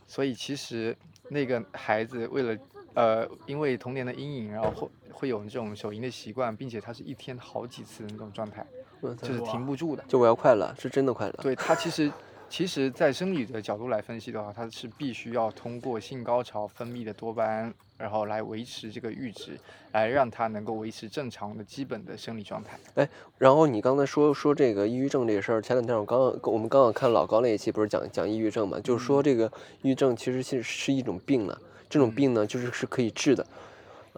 [SPEAKER 1] 所以其实那个孩子为了呃，因为童年的阴影，然后会会有这种手淫的习惯，并且他是一天好几次的那种状态，
[SPEAKER 3] 我操
[SPEAKER 1] 就是停不住的。
[SPEAKER 3] 就我要快乐，是真的快乐。
[SPEAKER 1] 对它其实，其实，在生理的角度来分析的话，它是必须要通过性高潮分泌的多巴胺，然后来维持这个阈值，来让它能够维持正常的基本的生理状态。
[SPEAKER 3] 然后你刚才说说这个抑郁症这事儿，前两天我刚我们刚好看老高那一期，不是讲讲抑郁症嘛？就是说这个抑郁症其实是是一种病呢，这种病呢就是是可以治的，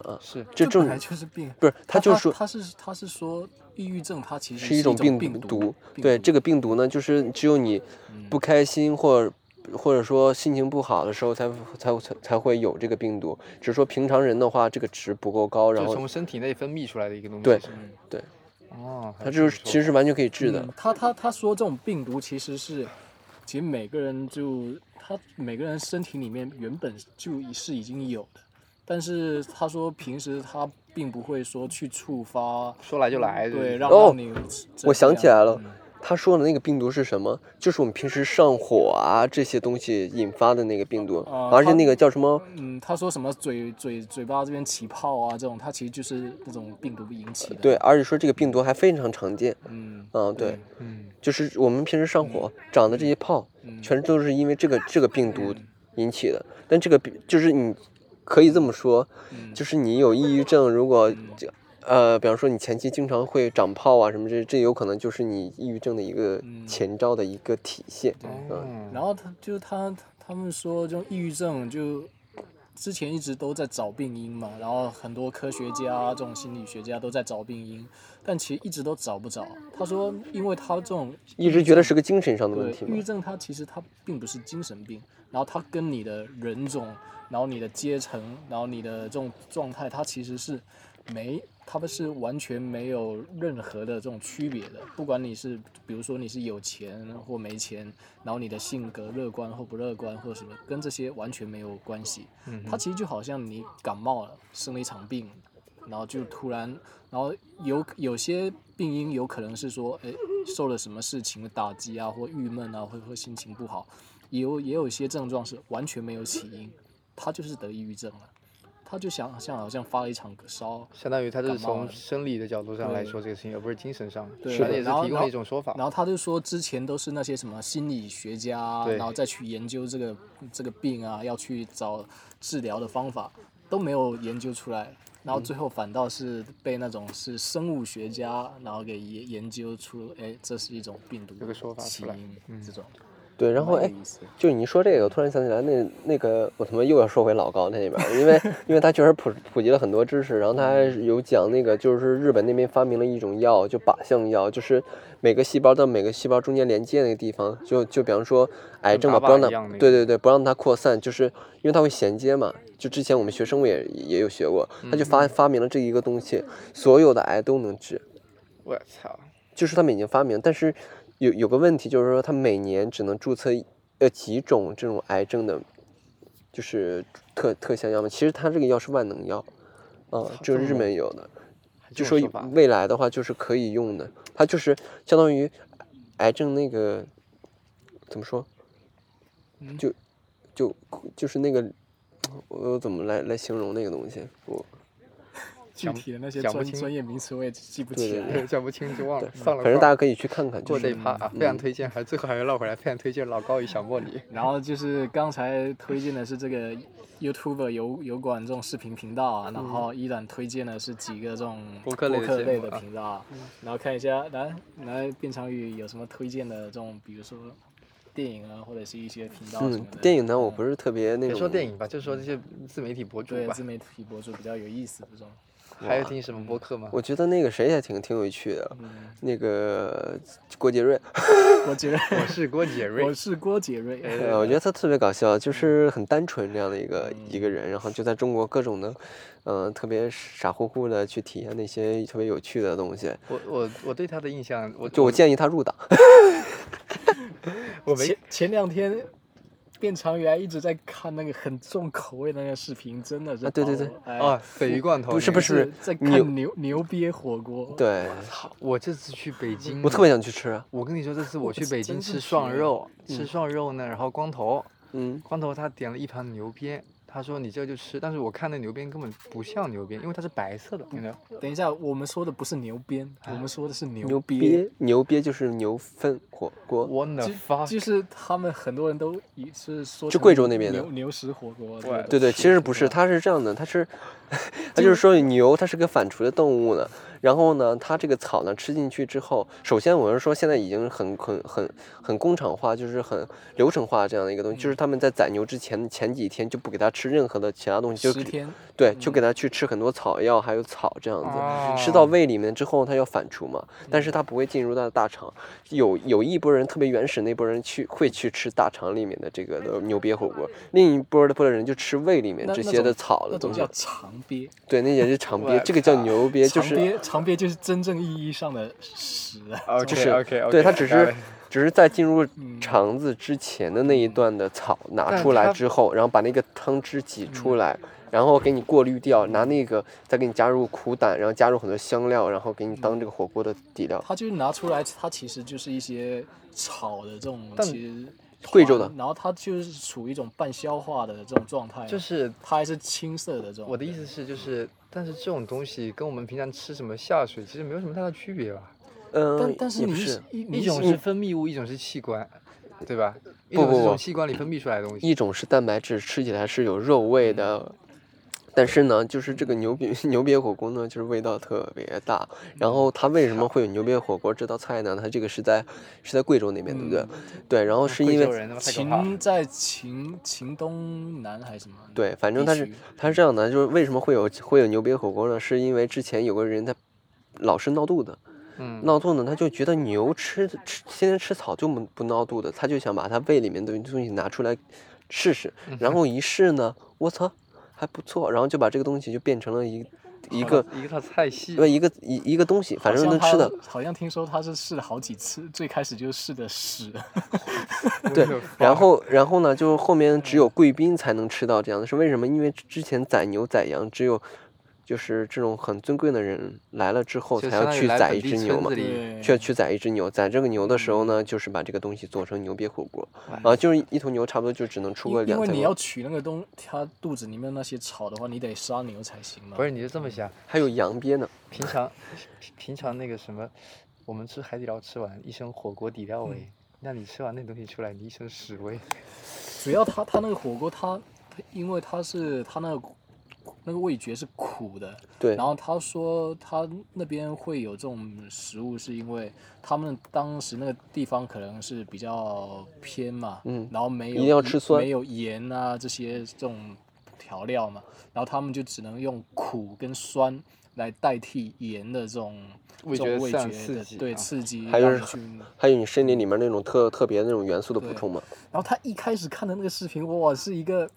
[SPEAKER 3] 嗯
[SPEAKER 1] 是，
[SPEAKER 3] 这
[SPEAKER 4] 本
[SPEAKER 3] 种
[SPEAKER 4] 来就是病。
[SPEAKER 3] 不是他就说
[SPEAKER 4] 他是他是说抑郁症，它其实
[SPEAKER 3] 是
[SPEAKER 4] 一
[SPEAKER 3] 种
[SPEAKER 4] 病
[SPEAKER 3] 病
[SPEAKER 4] 毒。
[SPEAKER 3] 对，这个病毒呢，就是只有你不开心或或者说心情不好的时候才才才才会有这个病毒。只是说平常人的话，这个值不够高，然
[SPEAKER 1] 就
[SPEAKER 3] 后
[SPEAKER 1] 从身体内分泌出来的一个东西。
[SPEAKER 3] 对
[SPEAKER 1] 是吗
[SPEAKER 3] 对。
[SPEAKER 1] 哦，
[SPEAKER 3] 它就是其实是完全可以治的
[SPEAKER 4] 嗯。他他他说这种病毒其实是，其实每个人就他每个人身体里面原本就是已经有的，但是他说平时他并不会说去触发，
[SPEAKER 1] 说来就来。是不
[SPEAKER 4] 嗯对，
[SPEAKER 1] 是
[SPEAKER 4] 让
[SPEAKER 3] 哦
[SPEAKER 4] 让你这
[SPEAKER 3] 我想起
[SPEAKER 4] 样嗯
[SPEAKER 3] 来了，他说的那个病毒是什么？就是我们平时上火啊这些东西引发的那个病毒，
[SPEAKER 4] 啊
[SPEAKER 3] 而且
[SPEAKER 4] 它
[SPEAKER 3] 那个叫什么？
[SPEAKER 4] 嗯，他说什么嘴嘴嘴巴这边起泡啊，这种，它其实就是那种病毒引起的。
[SPEAKER 3] 对，，而且说这个病毒还非常常见。
[SPEAKER 4] 嗯
[SPEAKER 3] 啊，对，
[SPEAKER 1] 嗯，
[SPEAKER 3] 就是我们平时上火长的这些泡，
[SPEAKER 4] 嗯，
[SPEAKER 3] 全都是因为这个这个病毒引起的。但这个病就是你可以这么说，
[SPEAKER 4] 嗯
[SPEAKER 3] 就是你有抑郁症，如果这呃，比方说你前期经常会长泡啊什么这，这有可能就是你抑郁症的一个
[SPEAKER 4] 嗯
[SPEAKER 3] 前兆的一个体现。嗯，
[SPEAKER 1] 嗯，
[SPEAKER 4] 然后他就他他们说这种抑郁症就之前一直都在找病因嘛，然后很多科学家啊这种心理学家都在找病因，但其实一直都找不着。他说，因为他这种
[SPEAKER 3] 一直觉得是个精神上的问
[SPEAKER 4] 对
[SPEAKER 3] 题
[SPEAKER 4] 抑郁
[SPEAKER 3] 嘛。
[SPEAKER 4] 症，它其实它并不是精神病，然后它跟你的人种，然后你的阶层，然后你的这种状态，它其实是没，他们是完全没有任何的这种区别的。不管你是，比如说你是有钱或没钱，然后你的性格乐观或不乐观或什么，跟这些完全没有关系。
[SPEAKER 1] 嗯
[SPEAKER 4] 它其实就好像你感冒了，生了一场病，然后就突然，然后有有些病因有可能是说，哎，受了什么事情的打击啊，或郁闷啊，或或心情不好，也有也有一些症状是完全没有起因，他就是得抑郁症了，他就想像好像发了一场烧，
[SPEAKER 1] 相当于他是
[SPEAKER 4] 感冒
[SPEAKER 1] 从
[SPEAKER 4] 了
[SPEAKER 1] 生理的角度上来
[SPEAKER 4] 对
[SPEAKER 1] 说这个事情，而不是精神上。
[SPEAKER 4] 对
[SPEAKER 1] 反正也是
[SPEAKER 4] 然后
[SPEAKER 1] 提供
[SPEAKER 4] 然
[SPEAKER 1] 了
[SPEAKER 4] 后
[SPEAKER 1] 一种说法。
[SPEAKER 4] 然后他就说之前都是那些什么心理学家啊，
[SPEAKER 1] 对
[SPEAKER 4] 然后再去研究这个这个病啊，要去找治疗的方法，都没有研究出来。然后最后反倒是被那种是生物学家，然后给研研究出，哎，这是一种病毒
[SPEAKER 1] 这个说法
[SPEAKER 4] 起
[SPEAKER 1] 出来嗯
[SPEAKER 4] 因，这种。
[SPEAKER 3] 对，然后
[SPEAKER 4] 蛮有
[SPEAKER 3] 哎，
[SPEAKER 4] 意思
[SPEAKER 3] 就你说这个，我突然想起来，那那个我他妈又要说回老高那里边儿，因为因为他确实普普及了很多知识，然后他还
[SPEAKER 1] 嗯
[SPEAKER 3] 有讲那个就是日本那边发明了一种药，就靶向药，就是每个细胞到每个细胞中间连接那个地方，就就比方说癌症嘛，
[SPEAKER 1] 跟
[SPEAKER 3] 不
[SPEAKER 1] 打靶
[SPEAKER 3] 让
[SPEAKER 1] 一
[SPEAKER 3] 它
[SPEAKER 1] 样那个
[SPEAKER 3] 对对对，不让它扩散，就是因为它会衔接嘛。就之前我们学生物也也有学过，
[SPEAKER 1] 嗯
[SPEAKER 3] 他就发发明了这一个东西，所有的癌都能治。
[SPEAKER 1] 我操，
[SPEAKER 3] 就是他们已经发明，但是有有个问题，就是说他每年只能注册呃几种这种癌症的，就是特特效药嘛。其实它这个药是万能药，啊、只有日本有的。就说
[SPEAKER 1] 这种法
[SPEAKER 3] 未来的话就是可以用的，它就是相当于癌症那个怎么说，
[SPEAKER 1] 嗯
[SPEAKER 3] 就就就是那个我怎么来来形容那个东西？我
[SPEAKER 4] 具体的那些
[SPEAKER 1] 讲不
[SPEAKER 4] 专
[SPEAKER 1] 清
[SPEAKER 4] 专业名词我也记不起
[SPEAKER 3] 对 对
[SPEAKER 4] 来。
[SPEAKER 1] 讲不清就忘了，算了。
[SPEAKER 3] 反正大家可以去看看，就
[SPEAKER 1] 过这一
[SPEAKER 3] 是
[SPEAKER 1] 趴啊，非常推荐，还最后还要绕回来，非常推荐老高与小茉莉。
[SPEAKER 4] 然后就是刚才推荐的是这个 YouTuber 油油管这种视频频道啊，然后依然推荐的是几个这种
[SPEAKER 3] 嗯播客类的节目
[SPEAKER 4] 的
[SPEAKER 3] 啊
[SPEAKER 4] 频道啊，然后看一下来来卞长宇有什么推荐的这种，比如说电影啊，或者是一些频道什
[SPEAKER 3] 嗯
[SPEAKER 4] 么的。，
[SPEAKER 3] 电影呢我不是特别那
[SPEAKER 1] 别
[SPEAKER 3] 种，
[SPEAKER 1] 说电影吧，就说这些自媒体博主
[SPEAKER 4] 对
[SPEAKER 1] 吧
[SPEAKER 4] 自，媒体博主比较有意思这种。
[SPEAKER 1] 还有听什么播客吗？
[SPEAKER 3] 我觉得那个谁也挺挺有趣的，
[SPEAKER 4] 嗯
[SPEAKER 3] 那个郭杰瑞，
[SPEAKER 4] 我觉得
[SPEAKER 1] 我是郭杰瑞
[SPEAKER 4] 我，是郭杰瑞，
[SPEAKER 3] 呃我觉得他特别搞笑，就是很单纯这样的一个、一个人，然后就在中国各种的，嗯、特别傻乎乎的去体验那些特别有趣的东西。
[SPEAKER 1] 我我我对他的印象，我
[SPEAKER 3] 就我
[SPEAKER 1] 我
[SPEAKER 3] 建议他入党，
[SPEAKER 1] 我没
[SPEAKER 4] 前前两天。卞长宇还一直在看那个很重口味的那个视频，真的是
[SPEAKER 3] 啊对对
[SPEAKER 4] 把我
[SPEAKER 3] 对，
[SPEAKER 4] 哎
[SPEAKER 1] 啊，鲱鱼罐头
[SPEAKER 3] 不是
[SPEAKER 1] 那
[SPEAKER 3] 不
[SPEAKER 1] 个
[SPEAKER 3] 是
[SPEAKER 4] 在
[SPEAKER 3] 牛
[SPEAKER 4] 看牛牛瘪火锅，，
[SPEAKER 3] 对
[SPEAKER 1] 操我这次去北京，
[SPEAKER 3] 我特别想去吃啊，
[SPEAKER 1] 我跟你说，这次我去北京
[SPEAKER 4] 真是
[SPEAKER 1] 吃涮
[SPEAKER 4] 绝
[SPEAKER 1] 肉，吃涮肉呢，然后光头，
[SPEAKER 3] 嗯，
[SPEAKER 1] 光头他点了一盘牛鞭，他说你这就吃，但是我看那牛鞭根本不像牛鞭，因为它是白色的，你知道，
[SPEAKER 4] 等一下，我们说的不是牛鞭，我们说的是牛
[SPEAKER 3] 牛
[SPEAKER 4] 瘪，
[SPEAKER 3] 瘪牛瘪就是牛粪火锅，
[SPEAKER 1] 我呢发，
[SPEAKER 4] 就是他们很多人都以是说
[SPEAKER 3] 就
[SPEAKER 4] 成
[SPEAKER 3] 贵州那边的
[SPEAKER 4] 牛牛食火锅，
[SPEAKER 1] 对
[SPEAKER 4] 吧
[SPEAKER 3] 对对，其实不是，它是这样的，它 是，它就是说牛它是个反刍的动物呢。然后呢，它这个草呢吃进去之后，首先我是说现在已经很很很很工厂化，就是很流程化这样的一个东西，就是他们在宰牛之前前几天就不给它吃任何的其他东西，就
[SPEAKER 4] 十天
[SPEAKER 3] 对，
[SPEAKER 4] 嗯
[SPEAKER 3] 就给它去吃很多草药还有草这样子。
[SPEAKER 4] 哦
[SPEAKER 1] 啊
[SPEAKER 3] 吃到胃里面之后，它要反刍嘛，
[SPEAKER 4] 嗯
[SPEAKER 3] 但是它不会进入到大肠。有有一波人特别原始那波人去会去吃大肠里面的这个的牛瘪火锅，另一波的波人就吃胃里面
[SPEAKER 4] 那
[SPEAKER 3] 这
[SPEAKER 4] 那
[SPEAKER 3] 些的
[SPEAKER 4] 种
[SPEAKER 3] 草的
[SPEAKER 4] 那种
[SPEAKER 3] 东西
[SPEAKER 4] 叫。长鳖，
[SPEAKER 3] 对，那也是肠
[SPEAKER 1] 我
[SPEAKER 3] 鳖，这个叫
[SPEAKER 1] 靠
[SPEAKER 3] 牛鳖，就
[SPEAKER 4] 长
[SPEAKER 3] 是
[SPEAKER 4] 鳖长鳖就是真正意义上的食啊，
[SPEAKER 3] 就
[SPEAKER 1] OK
[SPEAKER 3] 是
[SPEAKER 1] OK OK，
[SPEAKER 3] 对，它只是只是在进入肠子之前的那一段的草拿
[SPEAKER 1] 但
[SPEAKER 3] 出来
[SPEAKER 1] 它
[SPEAKER 3] 之后，然后把那个汤汁挤出来，然后给你过滤掉，拿那个再给你加入苦胆，然后加入很多香料，然后给你当这个火锅的底料。
[SPEAKER 4] 它就是拿出来，它其实就是一些炒的这种，
[SPEAKER 1] 但
[SPEAKER 4] 其实
[SPEAKER 3] 贵州的
[SPEAKER 4] 然后它就是处于一种半消化的这种状态，
[SPEAKER 1] 就是
[SPEAKER 4] 它还是青色的这种。
[SPEAKER 1] 我的意思是就是，但是这种东西跟我们平常吃什么下水其实没有什么太大区别吧，
[SPEAKER 3] 嗯，
[SPEAKER 4] 但但是
[SPEAKER 3] 也
[SPEAKER 4] 你
[SPEAKER 3] 不是
[SPEAKER 4] 一
[SPEAKER 1] 一
[SPEAKER 4] 你
[SPEAKER 1] 种
[SPEAKER 4] 一
[SPEAKER 1] 是分泌物，一种是器官，对吧？一
[SPEAKER 3] 不
[SPEAKER 1] 种是
[SPEAKER 3] 不
[SPEAKER 1] 从
[SPEAKER 3] 不
[SPEAKER 1] 器官里分泌出来的东西，
[SPEAKER 3] 一种是蛋白质，吃起来是有肉味的，但是呢，就是这个牛瘪 牛瘪火锅呢，就是味道特别大。然后它为什么会有牛瘪火锅这道菜呢？它这个是在是在贵州那边，对不对？对，然后是
[SPEAKER 1] 贵
[SPEAKER 3] 因
[SPEAKER 1] 州
[SPEAKER 3] 为
[SPEAKER 1] 人他妈太可怕了。
[SPEAKER 4] 秦在秦秦东南还是什么？
[SPEAKER 3] 对，反正它是
[SPEAKER 4] 地区
[SPEAKER 3] 它是这样的，就是为什么会有会有牛瘪火锅呢？是因为之前有个人他老是闹肚子，
[SPEAKER 1] 嗯，
[SPEAKER 3] 闹肚子他就觉得牛吃吃天天吃草就不不闹肚子，他就想把他胃里面的东西拿出来试试，
[SPEAKER 4] 嗯
[SPEAKER 3] 然后一试呢，我操，还不错，然后就把这个东西就变成了一一个
[SPEAKER 1] 一个套菜系，
[SPEAKER 3] 对一个一一个东西，反正能吃的
[SPEAKER 4] 好像。他好像听说他是试了好几次，最开始就试的 屎，
[SPEAKER 3] 对，然后然后呢，就后面只有贵宾才能吃到这样的，是为什么？因为之前宰牛宰羊只有就是这种很尊贵的人来了之后
[SPEAKER 1] 就
[SPEAKER 3] 才
[SPEAKER 1] 相
[SPEAKER 3] 要
[SPEAKER 1] 当于
[SPEAKER 3] 去
[SPEAKER 1] 来
[SPEAKER 3] 宰
[SPEAKER 1] 本
[SPEAKER 3] 一
[SPEAKER 1] 地
[SPEAKER 3] 只牛
[SPEAKER 1] 村
[SPEAKER 3] 嘛
[SPEAKER 1] 子，里嗯
[SPEAKER 3] 去去宰一只牛，宰这个牛的时候呢，就是把这个东西做成牛瘪火锅啊，就是一头牛差不多就只能出
[SPEAKER 4] 因
[SPEAKER 3] 个
[SPEAKER 4] 为因
[SPEAKER 3] 两
[SPEAKER 4] 为
[SPEAKER 3] 三
[SPEAKER 4] 你
[SPEAKER 3] 个
[SPEAKER 4] 要取那个东，它肚子里面那些草的话，你得杀牛才行嘛。
[SPEAKER 1] 不是，你就这么想，
[SPEAKER 3] 还有羊瘪呢，
[SPEAKER 1] 平常平平常那个什么，我们吃海底捞吃完一身火锅底
[SPEAKER 3] 嗯
[SPEAKER 1] 料味，那你吃完那东西出来，你一身屎味。
[SPEAKER 4] 主要它它那个火锅，它它因为它是它那个那个味觉是苦的。
[SPEAKER 3] 对
[SPEAKER 4] 然后他说他那边会有这种食物，是因为他们当时那个地方可能是比较偏嘛，
[SPEAKER 3] 嗯
[SPEAKER 4] 然后没有
[SPEAKER 3] 一定要吃酸
[SPEAKER 4] 没有盐啊这些这种调料嘛，然后他们就只能用苦跟酸来代替盐的这种
[SPEAKER 1] 味
[SPEAKER 4] 这种
[SPEAKER 1] 觉
[SPEAKER 4] 味
[SPEAKER 1] 上
[SPEAKER 4] 觉
[SPEAKER 1] 刺
[SPEAKER 4] 的
[SPEAKER 1] 激
[SPEAKER 4] 对
[SPEAKER 1] 啊
[SPEAKER 4] 刺激，
[SPEAKER 3] 还有
[SPEAKER 4] 让
[SPEAKER 3] 是
[SPEAKER 4] 你去
[SPEAKER 3] 还有你身体里面那种特特别的那种元素的补
[SPEAKER 4] 对
[SPEAKER 3] 充嘛。
[SPEAKER 4] 然后他一开始看的那个视频，哇，是一个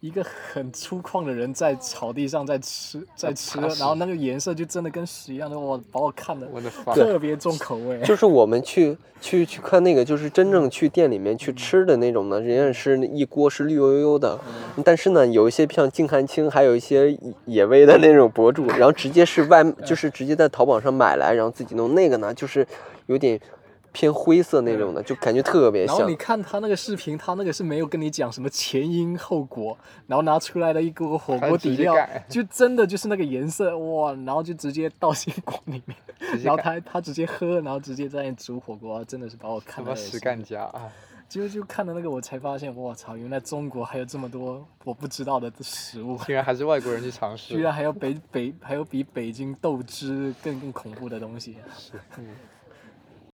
[SPEAKER 4] 一个很粗犷的人在草地上在吃在吃，
[SPEAKER 3] 爬屎
[SPEAKER 4] 然后那个颜色就真的跟屎一样的，哇，把我看的
[SPEAKER 1] 我的发，
[SPEAKER 4] 特别重口味。
[SPEAKER 3] 就是我们去去去看那个，就是真正去店里面去
[SPEAKER 4] 嗯
[SPEAKER 3] 吃的那种呢，人家是一锅是绿油油的，
[SPEAKER 4] 嗯
[SPEAKER 3] 但是呢，有一些像静汉清，还有一些野野味的那种博主，然后直接是外，
[SPEAKER 4] 嗯
[SPEAKER 3] 就是直接在淘宝上买来，然后自己弄那个呢，就是有点偏灰色那种的，就感觉特别
[SPEAKER 4] 然后
[SPEAKER 3] 像
[SPEAKER 4] 你。看他那个视频，他那个是没有跟你讲什么前因后果，然后拿出来的一锅火
[SPEAKER 1] 还
[SPEAKER 4] 锅
[SPEAKER 1] 直
[SPEAKER 4] 底
[SPEAKER 1] 接
[SPEAKER 4] 料
[SPEAKER 1] 改，
[SPEAKER 4] 就真的就是那个颜色哇，然后就直接倒进锅里面，
[SPEAKER 1] 接
[SPEAKER 4] 然后
[SPEAKER 1] 改
[SPEAKER 4] 他他直接喝，然后直接在那煮火锅，真的是把我看
[SPEAKER 1] 什
[SPEAKER 4] 的
[SPEAKER 1] 么实干家啊？
[SPEAKER 4] 就就看了那个，我才发现，我操，原来中国还有这么多我不知道的食物，
[SPEAKER 1] 竟然还是外国人去尝试，
[SPEAKER 4] 居然还有北北还有比北京豆汁更更恐怖的东西。